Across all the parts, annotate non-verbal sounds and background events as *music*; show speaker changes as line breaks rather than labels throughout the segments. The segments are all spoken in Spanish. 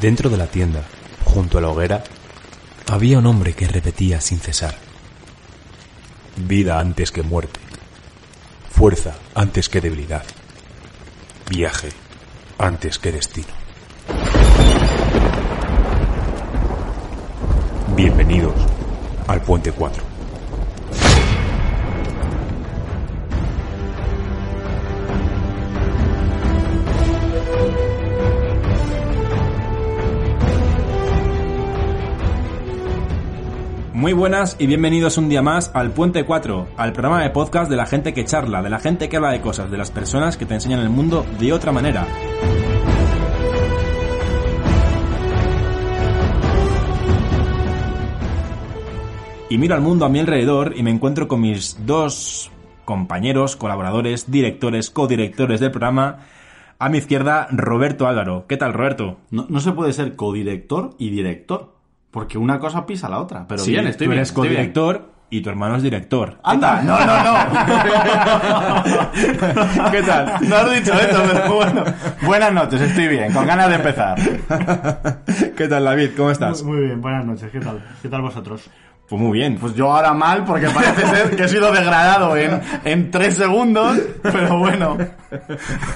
Dentro de la tienda, junto a la hoguera, había un hombre que repetía sin cesar. Vida antes que muerte. Fuerza antes que debilidad. Viaje antes que destino. Bienvenidos al Puente 4.
Muy buenas y bienvenidos un día más al Puente 4, al programa de podcast de la gente que charla, de la gente que habla de cosas, de las personas que te enseñan el mundo de otra manera. Y miro al mundo a mi alrededor y me encuentro con mis dos compañeros, colaboradores, directores, codirectores del programa. A mi izquierda, Roberto Álvaro. ¿Qué tal, Roberto?
No, no se puede ser codirector y director. Porque una cosa pisa la otra. Pero
Sí,
bien,
tú
estoy bien.
eres
estoy bien.
codirector y tu hermano es director.
Anda, *laughs* no, no, no.
¿Qué tal?
No has dicho eso, pero bueno. Buenas noches, estoy bien, con ganas de empezar.
*laughs* ¿Qué tal, David? ¿Cómo estás?
Muy bien, buenas noches, ¿qué tal? ¿Qué tal vosotros?
Pues muy bien.
Pues yo ahora mal, porque parece ser que he sido degradado en, en tres segundos, pero bueno.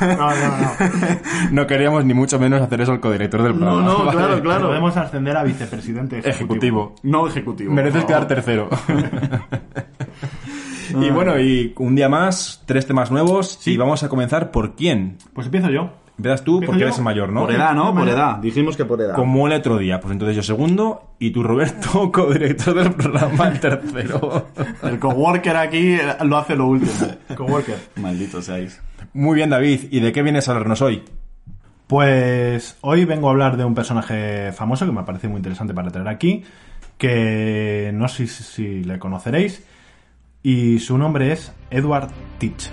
No, no, no. *laughs*
No queríamos ni mucho menos hacer eso al codirector del
No,
programa.
no, claro, claro.
Podemos ascender a vicepresidente
Ejecutivo.
ejecutivo.
No ejecutivo.
Mereces
por
quedar
favor.
tercero. *laughs* y bueno, y un día más, tres temas nuevos. Y vamos a comenzar por quién.
Pues empiezo yo.
Verás tú,
¿Empiezo
porque
yo?
eres el mayor, ¿no?
Por edad, ¿no? Por edad. Dijimos que por edad.
Como el otro día. Pues entonces yo segundo y tú, Roberto, *laughs* codirector del programa, el tercero.
El coworker aquí eh, lo hace lo último.
Coworker.
Maldito seáis.
Muy bien, David. ¿Y de qué vienes a hablarnos hoy?
Pues hoy vengo a hablar de un personaje famoso que me parece muy interesante para traer aquí, que no sé si, si le conoceréis, y su nombre es Edward Teach.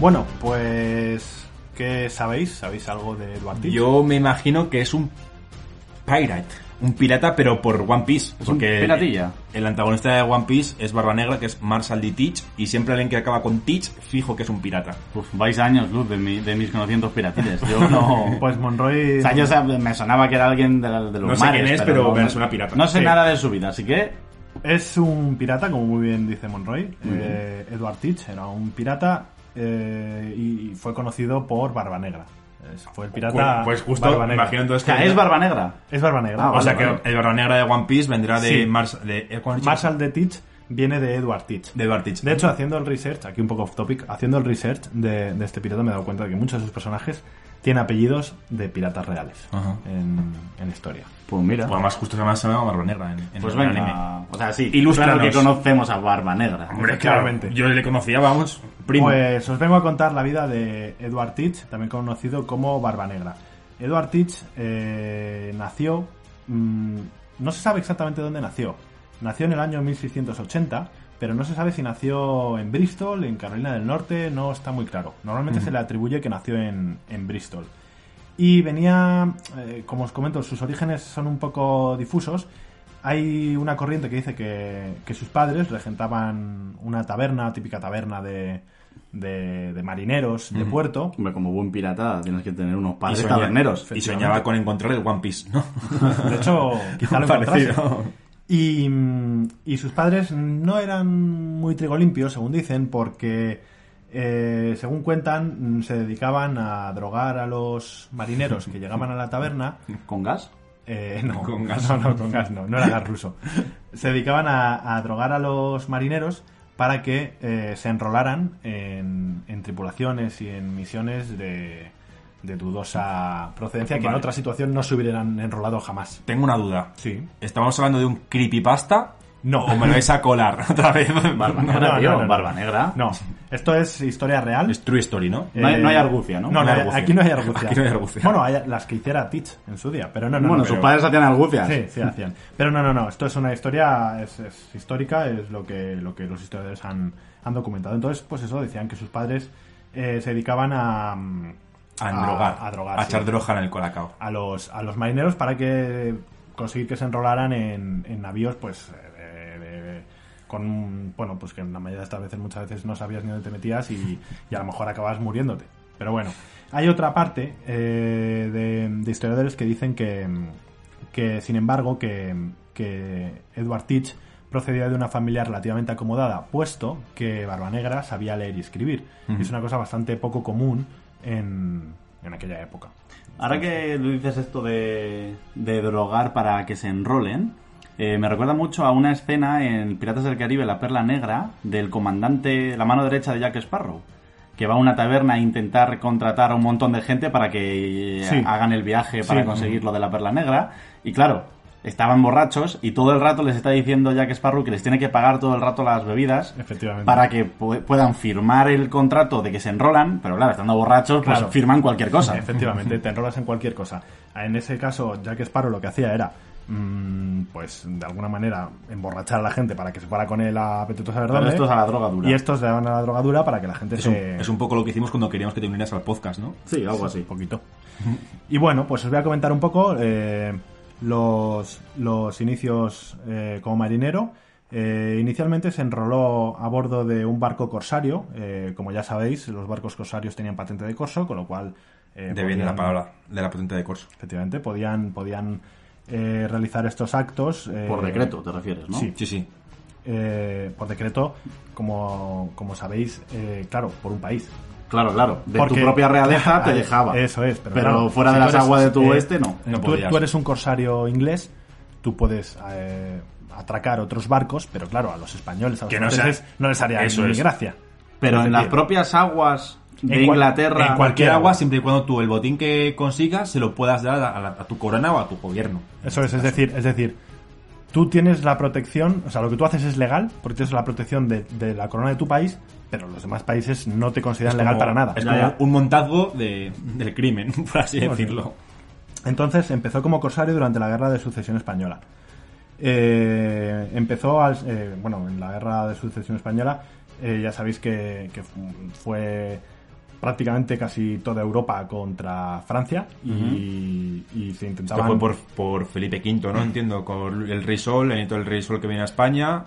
Bueno, pues... ¿Qué sabéis? ¿Sabéis algo de Edward Teach?
Yo me imagino que es un pirate. Un pirata, pero por One Piece.
un
porque
piratilla.
El antagonista de One Piece es Barba Negra, que es Marshall D. Teach. Y siempre alguien que acaba con Teach, fijo que es un pirata.
Uf, vais años luz de, mi- de mis conocimientos piratiles. *laughs* Yo no...
Pues Monroy...
O sea, yo sab- me sonaba que era alguien de, la- de los
No sé
mares.
quién es, pero me suena pirata.
No sé
Sí.
nada de su vida, así que...
Es un pirata, como muy bien dice Monroy. Eh, Edward Teach era un pirata eh, y y fue conocido por Barba Negra. Es- Fue el pirata.
pues justo,
Barba
me
Negra.
imagino entonces
O
que...
sea, es Barba Negra.
Es Barba Negra.
Ah,
o sea
Vale,
que el Barba Negra de One Piece vendrá de...
Sí.
Mars- de eh, ¿cómo has dicho?
Marshall de Teach viene de Edward Teach.
De Edward Teach.
De hecho, haciendo el research, aquí un poco off topic, haciendo el research de, de este pirata me he dado cuenta de que muchos de sus personajes tienen apellidos de piratas reales
Ajá.
en, en la historia.
Pues mira.
Pues
Pues,
más justo se llama- se llama Barba Negra en, en
Pues
el anime.
venga. O sea, sí.
Ilústranos.
Claro que conocemos a Barba Negra.
Hombre, claro,
Claramente.
yo le conocía, vamos, primo.
Pues os vengo a contar la vida de Edward Teach, también conocido como Barba Negra. Edward Teach eh, nació, mm, no se sabe exactamente dónde nació. Nació en el año 1680, pero no se sabe si nació en Bristol, en Carolina del Norte, no está muy claro. Normalmente se le atribuye que nació en, en Bristol. Y venía, eh, como os comento, sus orígenes son un poco difusos. Hay una corriente que dice que, que sus padres regentaban una taberna, típica taberna de, de, de marineros de puerto.
Hombre, como buen pirata tienes que tener unos
y,
padres
soñaba-
taberneros.
y soñaba con encontrar el One Piece, ¿no?
De hecho, *laughs* quizá lo encontrase.
*laughs* Parecido.
Y, mm, y sus padres no eran muy trigo limpio, según dicen, porque, eh, según cuentan, mm, se dedicaban a drogar a los marineros que llegaban a la taberna.
¿Con gas?
Eh,
*laughs*
no,
Con gas.
No, no, con gas no, no era gas ruso. Se dedicaban a, a drogar a los marineros para que eh, se enrolaran en, en tripulaciones y en misiones de, de dudosa procedencia que
Vale.
en otra situación no se hubieran enrolado jamás.
Tengo una duda.
Sí.
¿Estamos hablando de un creepypasta
No,
O me lo vais a colar *laughs* otra vez.
Barba
No,
negra,
no,
tío.
no, no.
Barba negra.
no. Esto es historia real.
Es true story, ¿no?
No hay-
Eh,
no hay argucia, ¿no?
No,
No hay
hay-
argucia.
aquí no hay
*laughs*
argucia.
Aquí no hay argucia.
Bueno, hay las que hiciera Teach en su día, pero no, no.
bueno,
no,
sus
pero-
padres hacían argucias.
Sí, sí hacían. Pero no, no, no. Esto es una historia es, es histórica, es lo que, lo que los historiadores han, han documentado. Entonces, pues eso, decían que sus padres eh, se dedicaban a... mm,
A drogar.
A, drogar,
A
sí.
echar droga en el colacao.
a los, a los marineros para que conseguir que se enrolaran en, en navíos, pues... eh, de- de- con, bueno, pues que en la mayoría de estas veces muchas veces no sabías ni dónde te metías y, y a lo mejor acababas muriéndote. Pero bueno, hay otra parte eh, de, de historiadores que dicen que, que sin embargo, que, que Edward Teach procedía de una familia relativamente acomodada, puesto que Barbanegra sabía leer y escribir. Y es una cosa bastante poco común en, en aquella época.
Ahora que tú dices esto de, de drogar para que se enrolen, eh, me recuerda mucho a una escena en Piratas del Caribe, La Perla Negra, del comandante, la mano derecha de Jack Sparrow, que va a una taberna a intentar contratar a un montón de gente para que eh,
Sí.
hagan el viaje para
Sí.
conseguir lo de la Perla Negra. Y claro, estaban borrachos y todo el rato les está diciendo Jack Sparrow que les tiene que pagar todo el rato las bebidas
Efectivamente.
para que pu- puedan firmar el contrato de que se enrolan, pero claro, estando borrachos, pues
Claro.
firman cualquier cosa.
Efectivamente, te enrolas en cualquier cosa. En ese caso, Jack Sparrow lo que hacía era, mm, pues, de alguna manera, emborrachar a la gente para que se fuera con él a Apetitosa
Pero
Verdad.
esto es a la droga dura.
Y estos le daban a la drogadura para que la gente
Es un,
se...
es un poco lo que hicimos cuando queríamos que te unieras al podcast, ¿no?
Sí, algo así.
Un poquito. Y bueno, pues os voy a comentar un poco eh, los, los inicios eh, como marinero. Eh, inicialmente se enroló a bordo de un barco corsario. Eh, como ya sabéis, los barcos corsarios tenían patente de corso, con lo cual... eh,
de bien de la
podían-
palabra, de la patente de corso.
Efectivamente, podían, podían eh, realizar estos actos. eh,
Por decreto, te refieres, ¿no?
Sí.
Sí, sí.
Ah, eh, por decreto, como, como sabéis, eh, claro, por un país.
Claro, claro. De
Porque-
tu propia
*laughs*
realeza te
Ah,
dejaba.
Eso es, pero,
Pero
claro,
fuera
si
de
tú
las
eres,
aguas de tu
eh,
oeste, no.
no
tú,
podías.
tú eres un corsario inglés, tú puedes eh, atracar otros barcos, pero claro, a los españoles, a los
Que no
franceses,
sea-
no les haría
eso
ni
es.
gracia.
Pero en las
Efectivamente.
propias aguas de
eh, En cual-
Inglaterra. *laughs*
en cual-
Cualquier
Claro.
agua, siempre y cuando tú el botín que consigas se lo puedas dar a, la- a tu corona o a tu gobierno.
Eso es, es decir, es decir, tú tienes la protección, o sea, lo que tú haces es legal, porque tienes la protección de, de la corona de tu país, pero los demás países no te consideran legal
Como-
para nada.
Es
Ya,
como
ya.
un montazgo de- del crimen, *laughs* por así
Sí,
decirlo.
Entonces empezó como corsario durante la Guerra de Sucesión Española. Eh, empezó, al- eh, bueno, en la Guerra de Sucesión Española eh, ya sabéis que, que fu- fue prácticamente casi toda Europa contra Francia y, y se
Esto
intentaban...
fue por, por Felipe V, ¿no? Entiendo, con el rey Sol, el nieto del rey Sol que viene a España.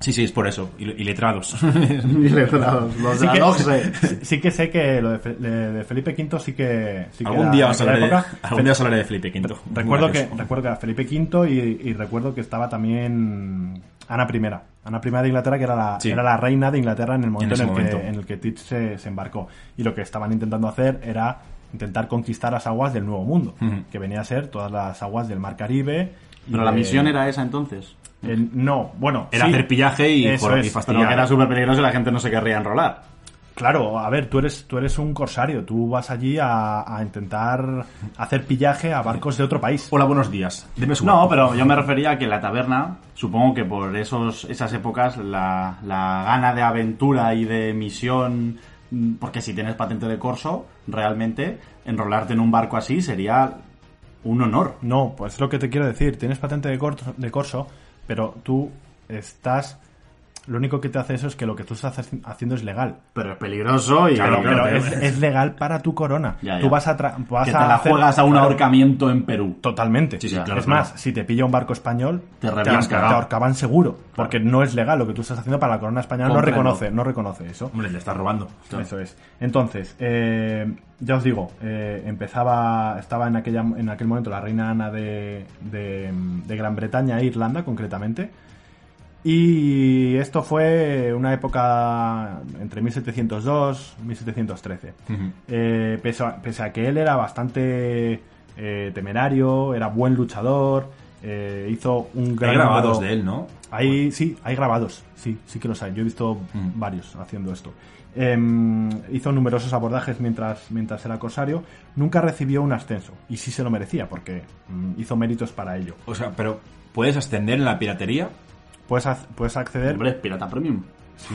Sí, sí, es por eso. Y, y *laughs* letrados.
Ni *laughs* letrados, los eh. de
Sí
la
que-
Noxe.
Sí que sé que lo de, Fe- de- de Felipe V sí que... sí que
algún,
era
día
en
os
aquella
hablaré de,
época.
eh, algún día os hablaré de Felipe V.
Recuerdo que,
Gracioso.
recuerdo que era Felipe V y, y recuerdo que estaba también Ana I. Ana I de Inglaterra, que era la,
Sí.
era la reina de Inglaterra en el momento en,
ese
el, Que,
momento.
en el que Titch se, se embarcó. Y lo que estaban intentando hacer era intentar conquistar las aguas del Nuevo Mundo,
Ujú.
que venía a ser todas las aguas del Mar Caribe. y
Pero la
de-
misión era esa entonces.
el- no, bueno.
Era
sí.
hacer pillaje y,
Eso
jor- y
es,
Pero
fastidiar.
que era súper peligroso y la gente no se querría enrolar.
Claro, a ver, tú eres, tú eres un corsario, tú vas allí a, a intentar hacer pillaje a barcos de otro país.
Hola, buenos días. Deme su
No,
barco.
pero yo me refería a que la taberna, supongo que por esos, esas épocas, la, la gana de aventura y de misión, mm, porque si tienes patente de corso, realmente enrolarte en un barco así sería un honor.
No, pues es lo que te quiero decir. Tienes patente de, cor- de corso, pero tú estás. Lo único que te hace eso es que lo que tú estás haci- haciendo es legal.
Pero es peligroso y...
Claro,
Pero
claro,
es, es legal para tu corona.
Ya, ya.
Tú vas a. tra- vas
que te
a
la
hacer-
juegas eh, a un
Claro,
ahorcamiento en Perú.
Totalmente.
Sí, sí, claro,
es
claro.
más, si te pilla un barco español,
Te
ahor-
revientan.
ahorcaban seguro. Porque no es legal lo que tú estás haciendo para la corona española. No
Comprendo.
reconoce, no reconoce eso.
Hombre, le estás robando.
Eso es. Entonces, eh, ya os digo, eh, empezaba, estaba en, aquella, en aquel momento la reina Ana de, de- de Gran Bretaña e Irlanda, concretamente. Y esto fue una época entre 1702 y 1713.
Ujú.
Eh, pese, a, pese a que él era bastante eh, temerario, era buen luchador, eh, hizo un gran
Hay grabados
número-
de él, ¿no?
Hay, sí, hay grabados, sí, sí que los hay. Yo he visto
Mm.
varios haciendo esto. Em, hizo numerosos abordajes mientras, mientras era corsario. Nunca recibió un ascenso, y sí se lo merecía, porque mm, hizo méritos para ello.
O sea, pero ¿puedes ascender en la piratería?
puedes, ac- puedes acceder.
Hombre, es pirata premium.
Sí,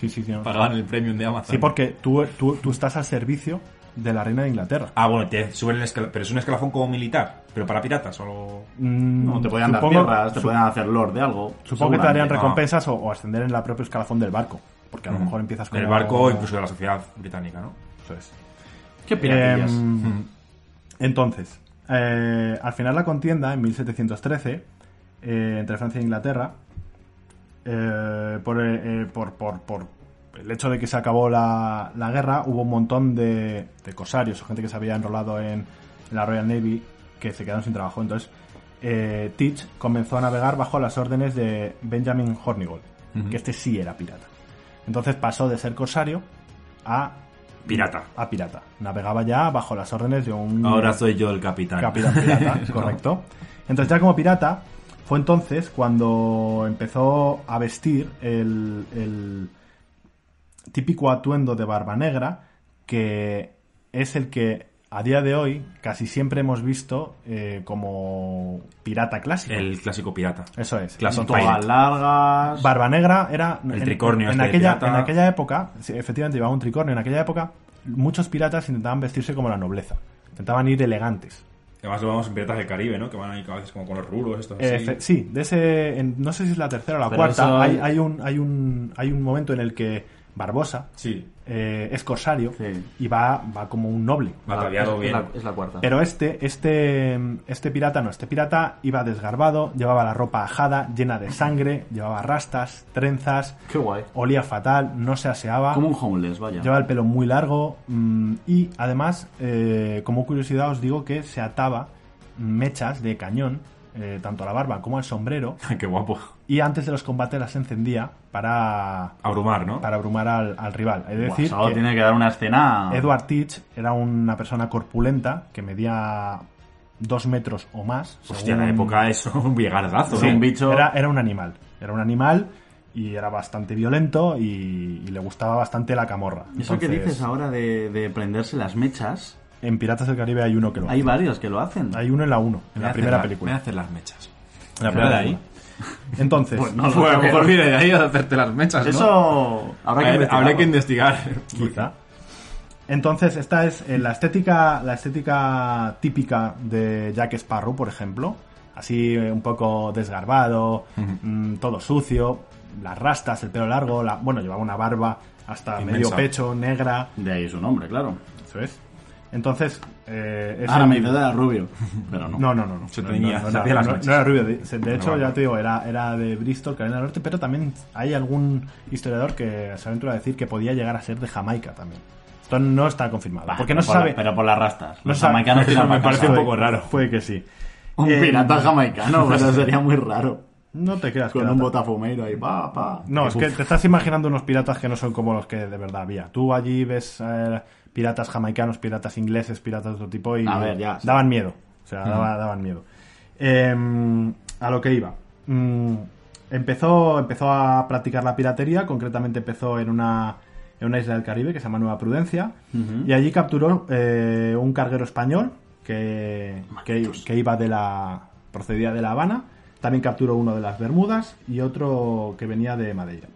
sí, sí. sí, no.
Pagaban el premium de Amazon.
Sí, porque tú, tú, tú estás al servicio de la reina de Inglaterra.
Ah, bueno, te suben el escalafón, pero es un escalafón como militar, pero para piratas, solo...
Mm,
No, te podían dar
supongo-
tierras, te
su-
podían hacer lord de algo.
Supongo que te darían
seguramente.
Ah.
recompensas o, o ascender en la propia escalafón del barco. Porque a
Mm.
lo mejor empiezas con
El barco, incluso de la sociedad británica, ¿no?
Qué piratillas.
Em,
Mm.
Entonces, eh, al final la contienda, en 1713, eh, entre Francia e Inglaterra, eh, por, eh, eh, por- por- por el hecho de que se acabó la, la guerra, hubo un montón de, de cosarios o gente que se había enrolado en, en la Royal Navy que se quedaron sin trabajo. Entonces, eh, Teach comenzó a navegar bajo las órdenes de Benjamin Hornigold,
Ujú.
que este sí era pirata. Entonces pasó de ser cosario a
Pirata.
a pirata. Navegaba ya bajo las órdenes de un
Ahora soy yo el capitán. *laughs*
capitán pirata, correcto. Entonces ya como pirata fue entonces cuando empezó a vestir el, el típico atuendo de barba negra que es el que a día de hoy casi siempre hemos visto eh, como pirata clásico.
El clásico pirata.
Eso es.
Clásico.
Togas
Pirate.
largas.
Barba Negra era.
El
en-
tricornio
En,
este de
aquella,
pirata.
en aquella época, sí, efectivamente llevaba un tricornio. En aquella época, muchos piratas intentaban vestirse como la nobleza. Intentaban ir elegantes.
Además lo vemos en Piratas del Caribe, ¿no? Que van ahí a veces como con los rulos, estos
Eh,
así.
fe- sí, de ese. en- no sé si es la tercera o la
Pero
cuarta.
eso-
Hay, hay un, hay, un, hay un momento en el que Barbosa
Sí.
eh, es corsario
Sí.
y va, va como un noble.
Va
La-
ataviado
Ah,
es,
bien.
Es la, es la cuarta.
Pero este, este, este pirata no, este pirata iba desgarbado, llevaba la ropa ajada, llena de sangre, llevaba rastas, trenzas,
Qué guay.
olía fatal, no se aseaba.
Como un homeless, vaya.
Lleva el pelo muy largo mm, y además, eh, como curiosidad os digo que se ataba mechas de cañón, eh, tanto a la barba como al sombrero,
*laughs* Qué guapo.
y antes de los combates las encendía para,
Abrumar, ¿no?
para abrumar al, al rival. Es
Buah,
decir,
Sado
que
tiene que dar una escena.
Edward Teach era una persona corpulenta que medía dos metros o más.
Hostia, en
según-
la época es *laughs* un viegardazo,
Es
¿no?
un bicho.
Era, era un animal, era un animal y era bastante violento y, y le gustaba bastante la camorra.
Eso que
Entonces,
dices ahora de, de prenderse las mechas,
ah?
En Piratas del Caribe hay uno que lo
hay
hace.
varios que lo hacen.
Hay uno en la 1,
Me voy a
en la
hacer
primera
la- Me
película.
voy a hacer las mechas.
En
¿Era
la primera
de ahí?
película.
*laughs*
Entonces,
Pues no,
No,
lo creo.
a lo mejor viene de ahí a hacerte las mechas, ¿no?
Eso habrá que
A ver, Habrá que
investigarlo.
investigar.
quizá. Entonces, esta es eh, la estética, la estética típica de Jack Sparrow, por ejemplo. Así eh, un poco desgarbado, mm, todo sucio, las rastas, el pelo largo, la, bueno, llevaba una barba hasta
Inmensa.
medio pecho, negra.
De ahí su nombre, claro.
Eso es. Entonces, eh, es
Ahora
el-
me dices era rubio, *laughs* pero no.
No, no, no. no.
Se
No,
tenía-
no, no,
se
no,
hacía las
no,
mechas.
no era rubio. De
Ah,
de hecho,
vale.
ya te digo, era, era de Bristol, Carolina del Norte, pero también hay algún historiador que se aventura a decir que podía llegar a ser de Jamaica también. Esto no está confirmado.
Bah,
porque no
pero
se
por-
sabe.
Pero por las rastas.
no
Los
se sabe-
jamaicanos
*laughs*
tiran
me
para
parece
casa.
un poco raro.
Fue que sí.
Un
Eh,
pirata
*laughs*
jamaicano, pero sería muy raro.
No te creas que
Con
era
un
tan-
botafumeiro ahí, pa, pa.
No, es que
Uf.
te estás imaginando unos piratas que no son como los que de verdad había. Tú allí ves eh, piratas jamaicanos, piratas ingleses, piratas de otro tipo y
A ver, ya, sí.
daban miedo. O sea, daba- daban miedo. Em, a lo que iba. Mm, empezó, empezó a practicar la piratería, concretamente empezó en una, en una isla del Caribe que se llama Nueva Prudencia y allí capturó eh, un carguero español que, que, que iba de la procedía de La Habana. También capturó uno de las Bermudas y otro que venía de Madeira.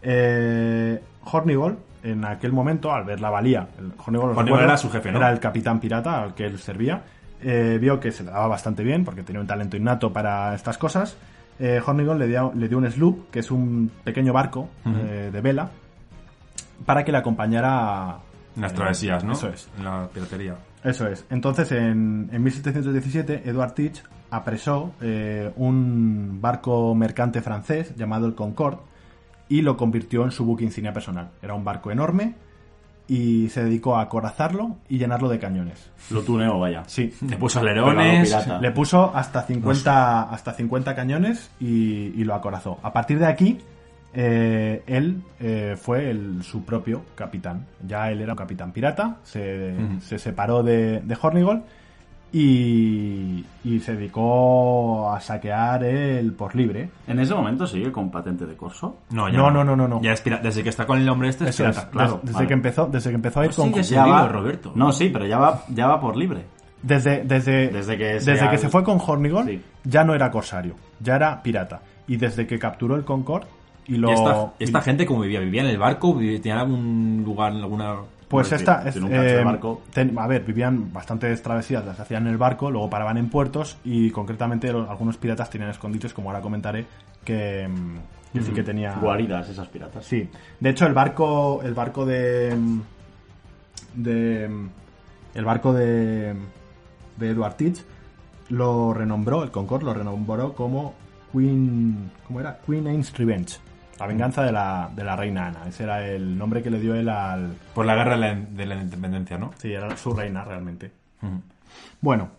Eh, Hornigold, en aquel momento, al ver la valía, el- Hornigold,
Hornigold
os recuerdo,
era su jefe, ¿no?
Era el capitán pirata al que él servía. eh, vio que se le daba bastante bien porque tenía un talento innato para estas cosas. Eh, Hornigold le dio, le dio un sloop, que es un pequeño barco eh, de vela, para que le acompañara.
En las
eh,
travesías, ¿no?
Eso es.
En la piratería.
Eso es. Entonces, en, en 1717, Edward Teach apresó eh, un barco mercante francés llamado el Concorde y lo convirtió en su buque insignia personal. Era un barco enorme y se dedicó a acorazarlo y llenarlo de cañones.
Lo tuneo, vaya.
Sí.
Le puso
Pero
alerones.
a lo pirata.
Le puso hasta 50, hasta 50 cañones y, y lo acorazó. A partir de aquí, eh, él eh, fue el- su propio capitán. Ya él era un capitán pirata, se,
Ujú.
se separó de, de Hornigold y, y se dedicó a saquear el por libre.
En ese momento sigue con patente de corso.
No, ya
No, no, no, no, no.
Ya es pira- Desde que está con el hombre este es
Eso es,
pirata.
des-
claro,
desde,
vale.
que empezó, desde que empezó a ir
Pues
con...
sí, ya se-
con-
Libre, Roberto.
No, sí, pero ya va, ya va por libre.
Desde, desde,
Desde que se
desde
al-
que se fue con Hornigón,
Sí.
ya no era corsario, ya era pirata. Y desde que capturó el Concord y lo.
Y esta, esta
y-
gente, como vivía? ¿Vivía en el barco? ¿Vivía- ¿Tenía algún lugar, alguna...?
Pues
Hombre,
esta
tiene-
es,
tiene un cacho de
eh,
barco.
ten- a ver, vivían bastantes travesías, las hacían en el barco, luego paraban en puertos y concretamente los- algunos piratas tenían esconditos, como ahora comentaré, que mm, que sí que tenía
Guaridas esas piratas.
Sí, de hecho el barco, el barco de, mm, de mm, el barco de mm, de Edward Teach lo renombró, el Concord lo renombró como Queen, ¿cómo era? Queen Anne's Revenge, la venganza de la, de la reina Ana. Ese era el nombre que le dio él al,
Por la guerra de la, de la independencia, ¿no?
Sí, era su reina realmente.
Ujú.
Bueno,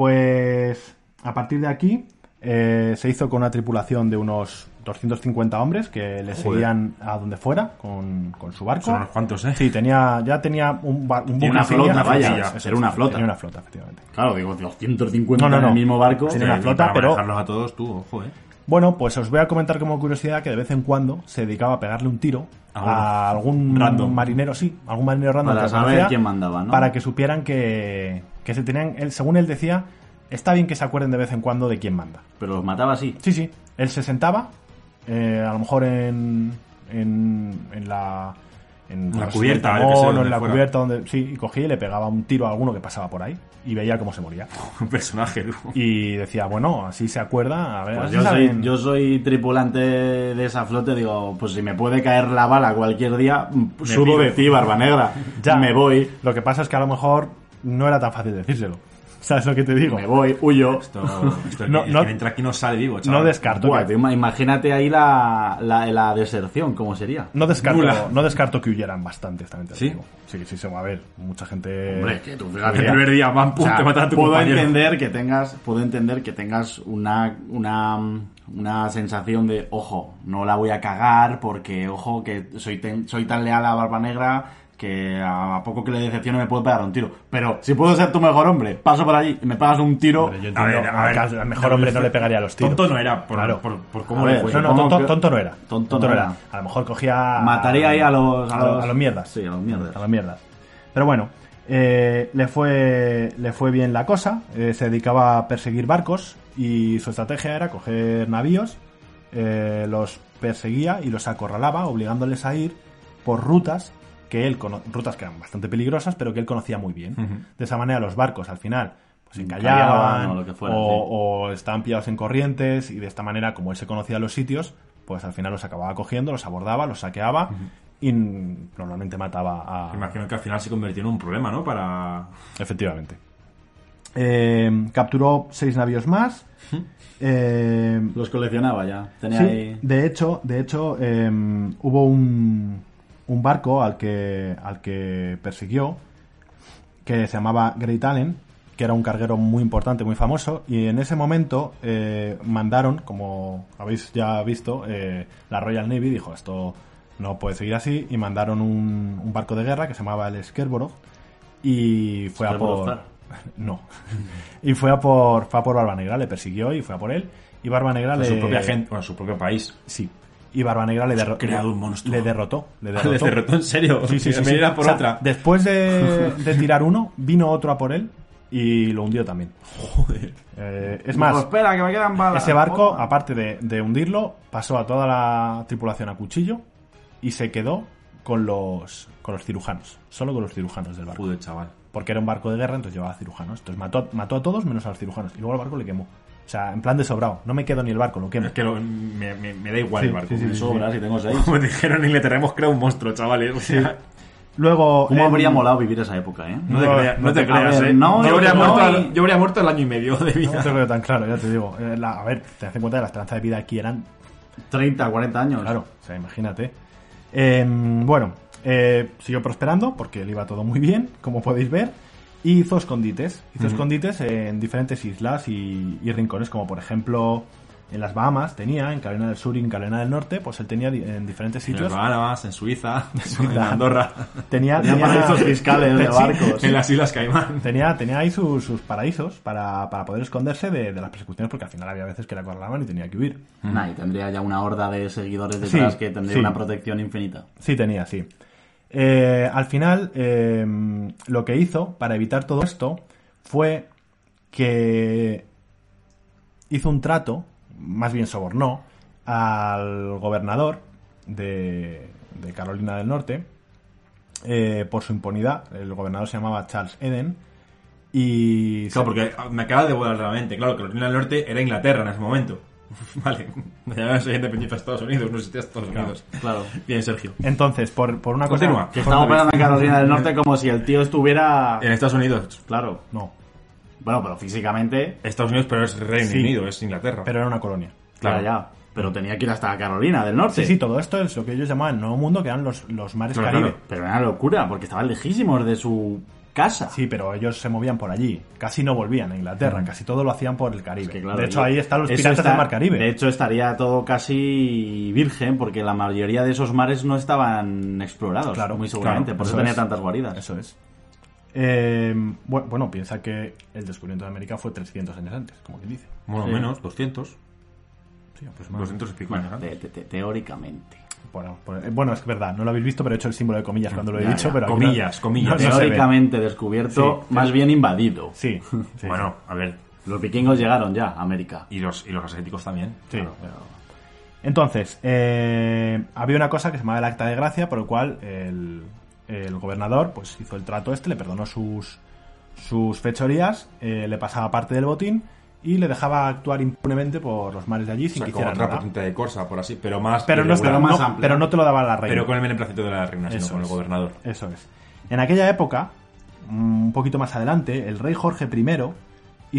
pues a partir de aquí eh, se hizo con una tripulación de unos 250 hombres que le seguían a donde fuera con, con su barco.
Son unos cuantos, ¿eh?
Sí, tenía, ya tenía un, ba- un
Tenía una
buque insignia.
flota, vaya,
Eso es,
era una flota.
Tenía una flota, efectivamente.
Claro, digo, 250
No, no,
en el
no.
mismo barco. eh,
Sí, Tenía una
y
flota,
para
pero-
manejarlos a todos tú, ojo, ¿eh? *laughs*
Bueno, pues os voy a comentar como curiosidad que de vez en cuando se dedicaba a pegarle un tiro
Ah,
a algún
Random.
marinero, sí, algún marinero random.
Para
que
saber
conocía,
quién mandaba, ¿no?
Para que supieran que, que se tenían, él, según él decía, está bien que se acuerden de vez en cuando de quién manda.
Pero los mataba así.
Sí, sí. Él se sentaba, eh, a lo mejor en, en, en la... En,
La
pues,
cubierta, yo
en el
que sé,
timón o
donde
en la
fuera.
cubierta, donde, sí, y cogía y le pegaba un tiro a alguno que pasaba por ahí y veía cómo se moría.
Un personaje, ¿no?
Y decía, bueno, así se acuerda, a ver,
Pues
así
yo soy,
saben.
yo soy tripulante de esa flota, digo, pues si me puede caer la bala cualquier día, mm, subo
pido.
de ti, barba negra.
*laughs* Ya.
Me voy,
Lo que pasa es que a lo mejor no era tan fácil decírselo. *laughs* ¿Sabes lo que te digo?
me voy, huyo.
Esto, esto
No,
el que
no-
entra aquí no sale vivo, chaval.
No descarto,
Buah,
que,
tú ima- imagínate ahí la, la, la deserción, ¿cómo sería?
no,
Nula.
descarto, no descarto que huyeran bastante, también te lo
¿Sí?
digo. Sí, sí, se va a ver. Mucha gente...
Hombre, que tú
El
fíjate.
primer día, van, pum,
O sea,
te matan a tu
puedo
compañero.
entender que tengas puedo entender que tengas una, una una sensación de ojo no la voy a cagar porque ojo que soy ten- soy tan leal a barba negra que a, a poco que le decepcione me puedo pegar un tiro pero si puedo ser tu mejor hombre paso por allí y me pagas un tiro
Hombre, yo
A ver,
entiendo,
a ver,
al- al mejor hombre no le pegaría los tiros.
Tonto no era, por,
Claro.
por, por cómo
A
le
ver,
fue.
No, no,
Supongo
tonto,
que-
tonto no era.
Tonto no era.
A lo mejor cogía.
Mataría ahí a los- a
A,
los-
a mierdas.
sí, a los mierdas.
A los mierdas. Pero bueno, eh, le, fue, le fue bien la cosa. eh, se dedicaba a perseguir barcos y su estrategia era coger navíos, eh, los perseguía y los acorralaba, obligándoles a ir por rutas que él cono- rutas que eran bastante peligrosas, pero que él conocía muy bien. De esa manera los barcos al final pues encallaban
Encallaban o lo que fuera,
o-
sí.
o estaban pillados en corrientes y de esta manera, como él se conocía los sitios, pues al final los acababa cogiendo, los abordaba, los saqueaba y n- normalmente mataba a...
Imagino que al final se convirtió en un problema, ¿no? Para...
Efectivamente. Eh, capturó seis navíos más. Eh,
los coleccionaba ya tenía
sí,
ahí
de hecho, de hecho eh, hubo un, un barco al que, al que persiguió que se llamaba Great Allen, que era un carguero muy importante, muy famoso, y en ese momento eh, mandaron, como habéis ya visto, eh, la Royal Navy dijo esto no puede seguir así, y mandaron un, un barco de guerra que se llamaba el Scarborough, y fue a
Scarborough
por...
Star.
*laughs* No. y fue a por, fue a por Barba Negra, le persiguió y fue a por él, y Barba Negra
a
le...
su propia gente, bueno, a su propio país.
Sí. Y Barba Negra le, derro-
creado un monstruo. Ah,
le derrotó. Le derrotó.
Le derrotó en serio. *laughs*
Sí, sí, sí,
Me
sí.
era por
O sea,
otra.
Después de,
*laughs*
de tirar uno, vino otro a por él y lo hundió también. Eh, es más,
Digo, Pues espera que me quedan balas
ese barco,
Ojo.
aparte de, de hundirlo, pasó a toda la tripulación a cuchillo y se quedó con los, con los cirujanos. Solo con los cirujanos del barco.
Joder, chaval.
Porque era un barco de guerra, entonces llevaba cirujanos. Entonces mató, mató a todos menos a los cirujanos. Y luego el barco le quemó. O sea, en plan de sobrado. No me quedo ni el barco, lo quemo.
Es que lo- me, me- me da igual
Sí,
el barco.
sí, sí,
Me
sí,
sobra.
Sobra, si tengo
*laughs*
seis
Como dijeron, en Inglaterra hemos creado un monstruo,
¿eh?
chavales. O sea,
Luego.
cómo
em,
habría molado vivir esa época eh
No te,
No,
creas- no
no
te
te-
creas,
a ver,
¿eh?
no,
yo,
yo
habría
creo
muerto,
no,
al-
y-
yo habría muerto el año y medio de
*laughs* No
vida.
te lo veo tan claro, ya te digo. Eh, la- a ver, te das en cuenta de las tranzas de vida aquí eran
30, 40 años
Claro, o sea, imagínate. Eh, bueno, eh, siguió prosperando porque le iba todo muy bien, como podéis ver. Y hizo escondites. Hizo escondites en diferentes islas y, y rincones, como por ejemplo en las Bahamas tenía, en Carolina del Sur y en Carolina del Norte, pues él tenía di- en diferentes
En las
sitios.
Bahamas, en
*laughs*
Suiza, en Andorra,
Tenía,
Tenía paraísos
*laughs*
fiscales de
Sí,
barcos.
en las Islas Caimán.
Tenía, tenía ahí sus, sus paraísos para, para poder esconderse de, de las persecuciones, porque al final había veces que la acorralaban y tenía que huir.
Nah, y tendría ya una horda de seguidores detrás
Sí,
que tendría
sí.
una protección infinita.
Sí, tenía, sí. em, Eh, al final, eh, lo que hizo para evitar todo esto fue que hizo un trato, más bien sobornó, al gobernador de, de Carolina del Norte eh, por su impunidad. El gobernador se llamaba Charles Eden. Y
Claro, porque me acaba de volar la mente. Claro, Carolina del Norte era Inglaterra en ese momento. *laughs* Vale, ya soy independiente de Estados Unidos, no existía Estados Unidos.
Claro.
Bien, Sergio.
Entonces, por, por una
Continúa.
cosa.
Que estamos hablando de Carolina del Norte como si el tío estuviera.
En Estados Unidos.
Claro.
No,
Bueno, pero físicamente.
Estados Unidos, pero es Reino
Sí.
Unido, es Inglaterra.
pero era una colonia.
Claro, ya. Pero tenía que ir hasta Carolina del Norte.
Sí, sí, todo esto es lo que ellos llamaban el Nuevo Mundo, que eran los, los mares
Claro,
Caribe.
claro.
Pero era una locura, porque estaban lejísimos de su casa.
Sí, pero ellos se movían por allí. Casi no volvían a Inglaterra, casi todo lo hacían por el Caribe.
Mm. Que claro,
de hecho,
yo-
ahí están los
eso
piratas
está-
del Mar Caribe.
De hecho, estaría todo casi virgen, porque la mayoría de esos mares no estaban explorados,
Claro,
muy seguramente.
claro,
por eso,
eso
tenía
es.
tantas guaridas.
Eso es. Eh, bu- bueno, piensa que el descubrimiento de América fue 300 años antes, como quien dice.
Bueno,
Sí.
menos, 200.
Sí, pues más.
200 y pico.
Bueno,
¿no?
te- te- te- teóricamente.
Por- por- eh, bueno, es verdad, no lo habéis visto, pero he hecho el símbolo de comillas cuando lo he
Ya,
dicho.
ya.
Pero aquí no-
Comillas, comillas.
*laughs* no- no se ve.
teóricamente descubierto,
Sí.
más bien invadido. *laughs*
Sí, sí,
bueno, a ver.
Los vikingos llegaron ya a América.
Y los, y los asiáticos también.
sí.
Claro, pero-
Entonces, eh, había una cosa que se llamaba el acta de gracia, por lo cual el, el gobernador pues hizo el trato este, le perdonó sus, sus fechorías, eh, le pasaba parte del botín y le dejaba actuar impunemente por los mares de allí
O
sin
sea,
que
como
hicieran
otra
nada.
patente de corsa, por así. Pero más.
Pero no,
irregular.
estaba-
más
no-
amplia.
pero no te lo daba la reina.
Pero con el beneplácito de la reina, sino
Eso
con el
es.
gobernador.
Eso es. En aquella época, mm, un poquito más adelante, el rey Jorge I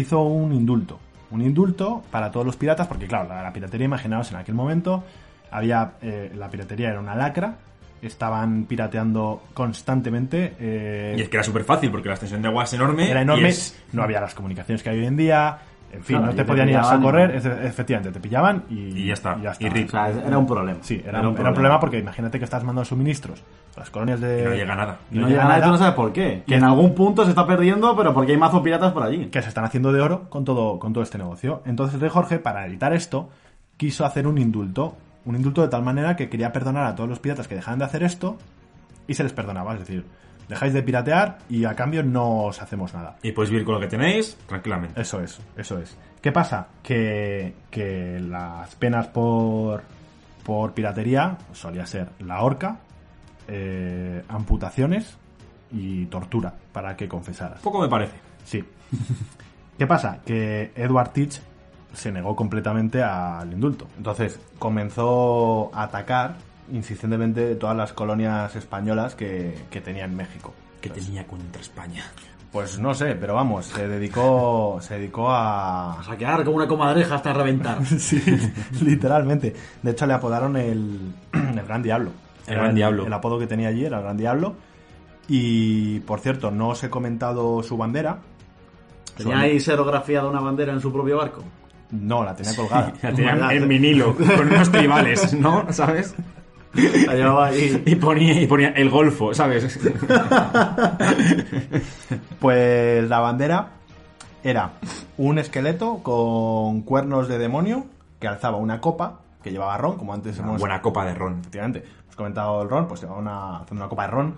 hizo un indulto. Un indulto para todos los piratas, porque claro, la, la piratería, imaginaos, en aquel momento había eh, la piratería era una lacra, estaban pirateando constantemente. eh,
Y es que era súper fácil porque la extensión de agua es enorme.
era enorme,
y es-
no había las comunicaciones que hay hoy en día, en fin,
Claro,
no
y
te
te
podían ir a
pillaban,
socorrer,
¿no?
efe- efectivamente, te pillaban y,
Y ya está, y
o
rip.
sea, era un problema.
Sí, era, un, era un problema porque imagínate que estás mandando suministros a las colonias de...
y no llega nada.
Y no llega nada, y tú no sabes por qué. Que en algún punto se está perdiendo, pero porque hay mazo piratas por allí.
que se están haciendo de oro con todo, con todo este negocio. Entonces el rey Jorge, para evitar esto, quiso hacer un indulto. Un indulto de tal manera que quería perdonar a todos los piratas que dejaban de hacer esto y se les perdonaba. Es decir, dejáis de piratear y a cambio no os hacemos nada.
Y podéis vivir con lo que tenéis tranquilamente.
Eso es, eso es. ¿Qué pasa? Que, que las penas por, por piratería solía ser la horca, eh, amputaciones y tortura para que confesaras.
Poco me parece.
Sí. ¿Qué pasa? Que Edward Teach se negó completamente al indulto. Entonces comenzó a atacar insistentemente todas las colonias españolas que, que tenía en México.
Que tenía contra España.
Pues no sé, pero vamos, se dedicó, se
*laughs*
dedicó a...
saquear como una comadreja hasta reventar.
Sí, *laughs* literalmente. De hecho le apodaron el, *clears throat* el Gran Diablo.
El
Era
Gran Diablo.
El apodo que tenía allí era el Gran Diablo. Y, por cierto, no os he comentado su bandera.
¿Tenía ahí serografiada una bandera en su propio barco?
No, la tenía colgada.
*laughs* La tenían
Maldad.
en vinilo, con unos tribales, ¿no? ¿Sabes?
La llevaba ahí.
Y ponía, y ponía el golfo, ¿sabes?
Pues la bandera era un esqueleto con cuernos de demonio que alzaba una copa que llevaba ron, como antes
Una
hemos,
buena copa de ron.
efectivamente, hemos comentado el ron, pues llevaba una, alzando una copa de ron.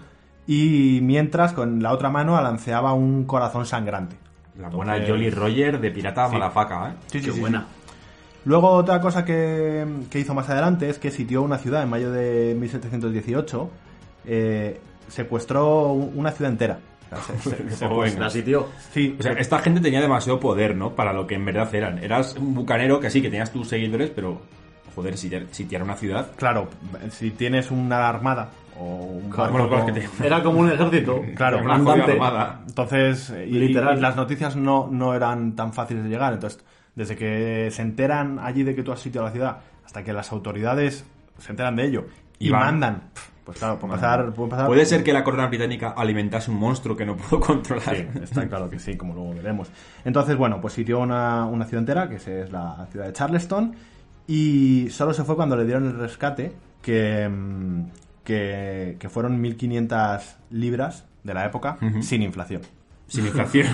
Y mientras con la otra mano alanceaba un corazón sangrante.
La buena Jolly Roger de pirata malafaca, ¿eh?
Qué buena.
Luego otra cosa que, que hizo más adelante es que sitió una ciudad en mayo de 1718, eh, secuestró una ciudad entera. O sea,
*laughs*
se- se- se-
Joder.
La sitió.
sí,
O sea, esta gente tenía demasiado poder, ¿no? Para lo que en verdad eran. Eras un bucanero que sí, que tenías tus seguidores, pero, joder, sitiar, sitiar una ciudad.
Claro, si tienes una armada o un
Claro, bueno,
barco
claro,
con-
es que te-
Era como un ejército.
Claro,
una jodida
andante.
armada.
Entonces, eh, y,
Literal.
y las noticias no, no eran tan fáciles de llegar. Entonces, desde que se enteran allí de que tú has sitiado la ciudad, hasta que las autoridades se enteran de ello y,
Y van.
mandan, pf, pues claro, puede pasar, puede pasar.
Puede ser que la corona británica alimentase un monstruo que no puedo controlar.
Sí, está claro que sí, como luego veremos. Entonces, bueno, pues sitió una, una ciudad entera, que es la ciudad de Charleston, y solo se fue cuando le dieron el rescate, que, mm, que, que fueron 1.500 libras de la época, sin inflación.
Sin inflación.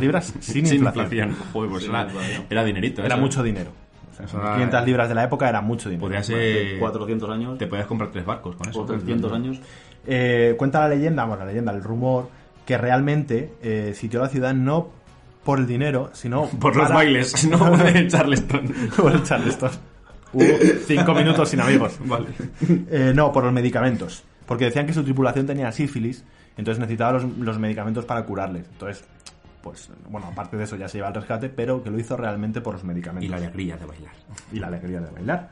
*laughs*
libras sin,
Sin
inflación.
inflación. Joder, pues
Sin
era,
inflación.
era dinerito.
Era
eso.
mucho dinero. O sea,
Eso era-
500 libras de la época era mucho dinero.
Podría ser.
400 años.
Te podías comprar tres barcos con eso.
O 300 años.
Eh, cuenta la leyenda, bueno, la leyenda, el rumor, que realmente eh, sitió la ciudad no por el dinero, sino
*laughs* Por los
para-
bailes,
*laughs*
*laughs* no de Charleston.
*laughs* por el Charleston. Hubo cinco minutos sin amigos.
Vale.
Eh, no, por los medicamentos. Porque decían que su tripulación tenía sífilis, entonces necesitaba los, los medicamentos para curarles. Entonces, pues, bueno, aparte de eso ya se lleva al rescate, pero que lo hizo realmente por los medicamentos.
Y la alegría de bailar.
Y la alegría de bailar.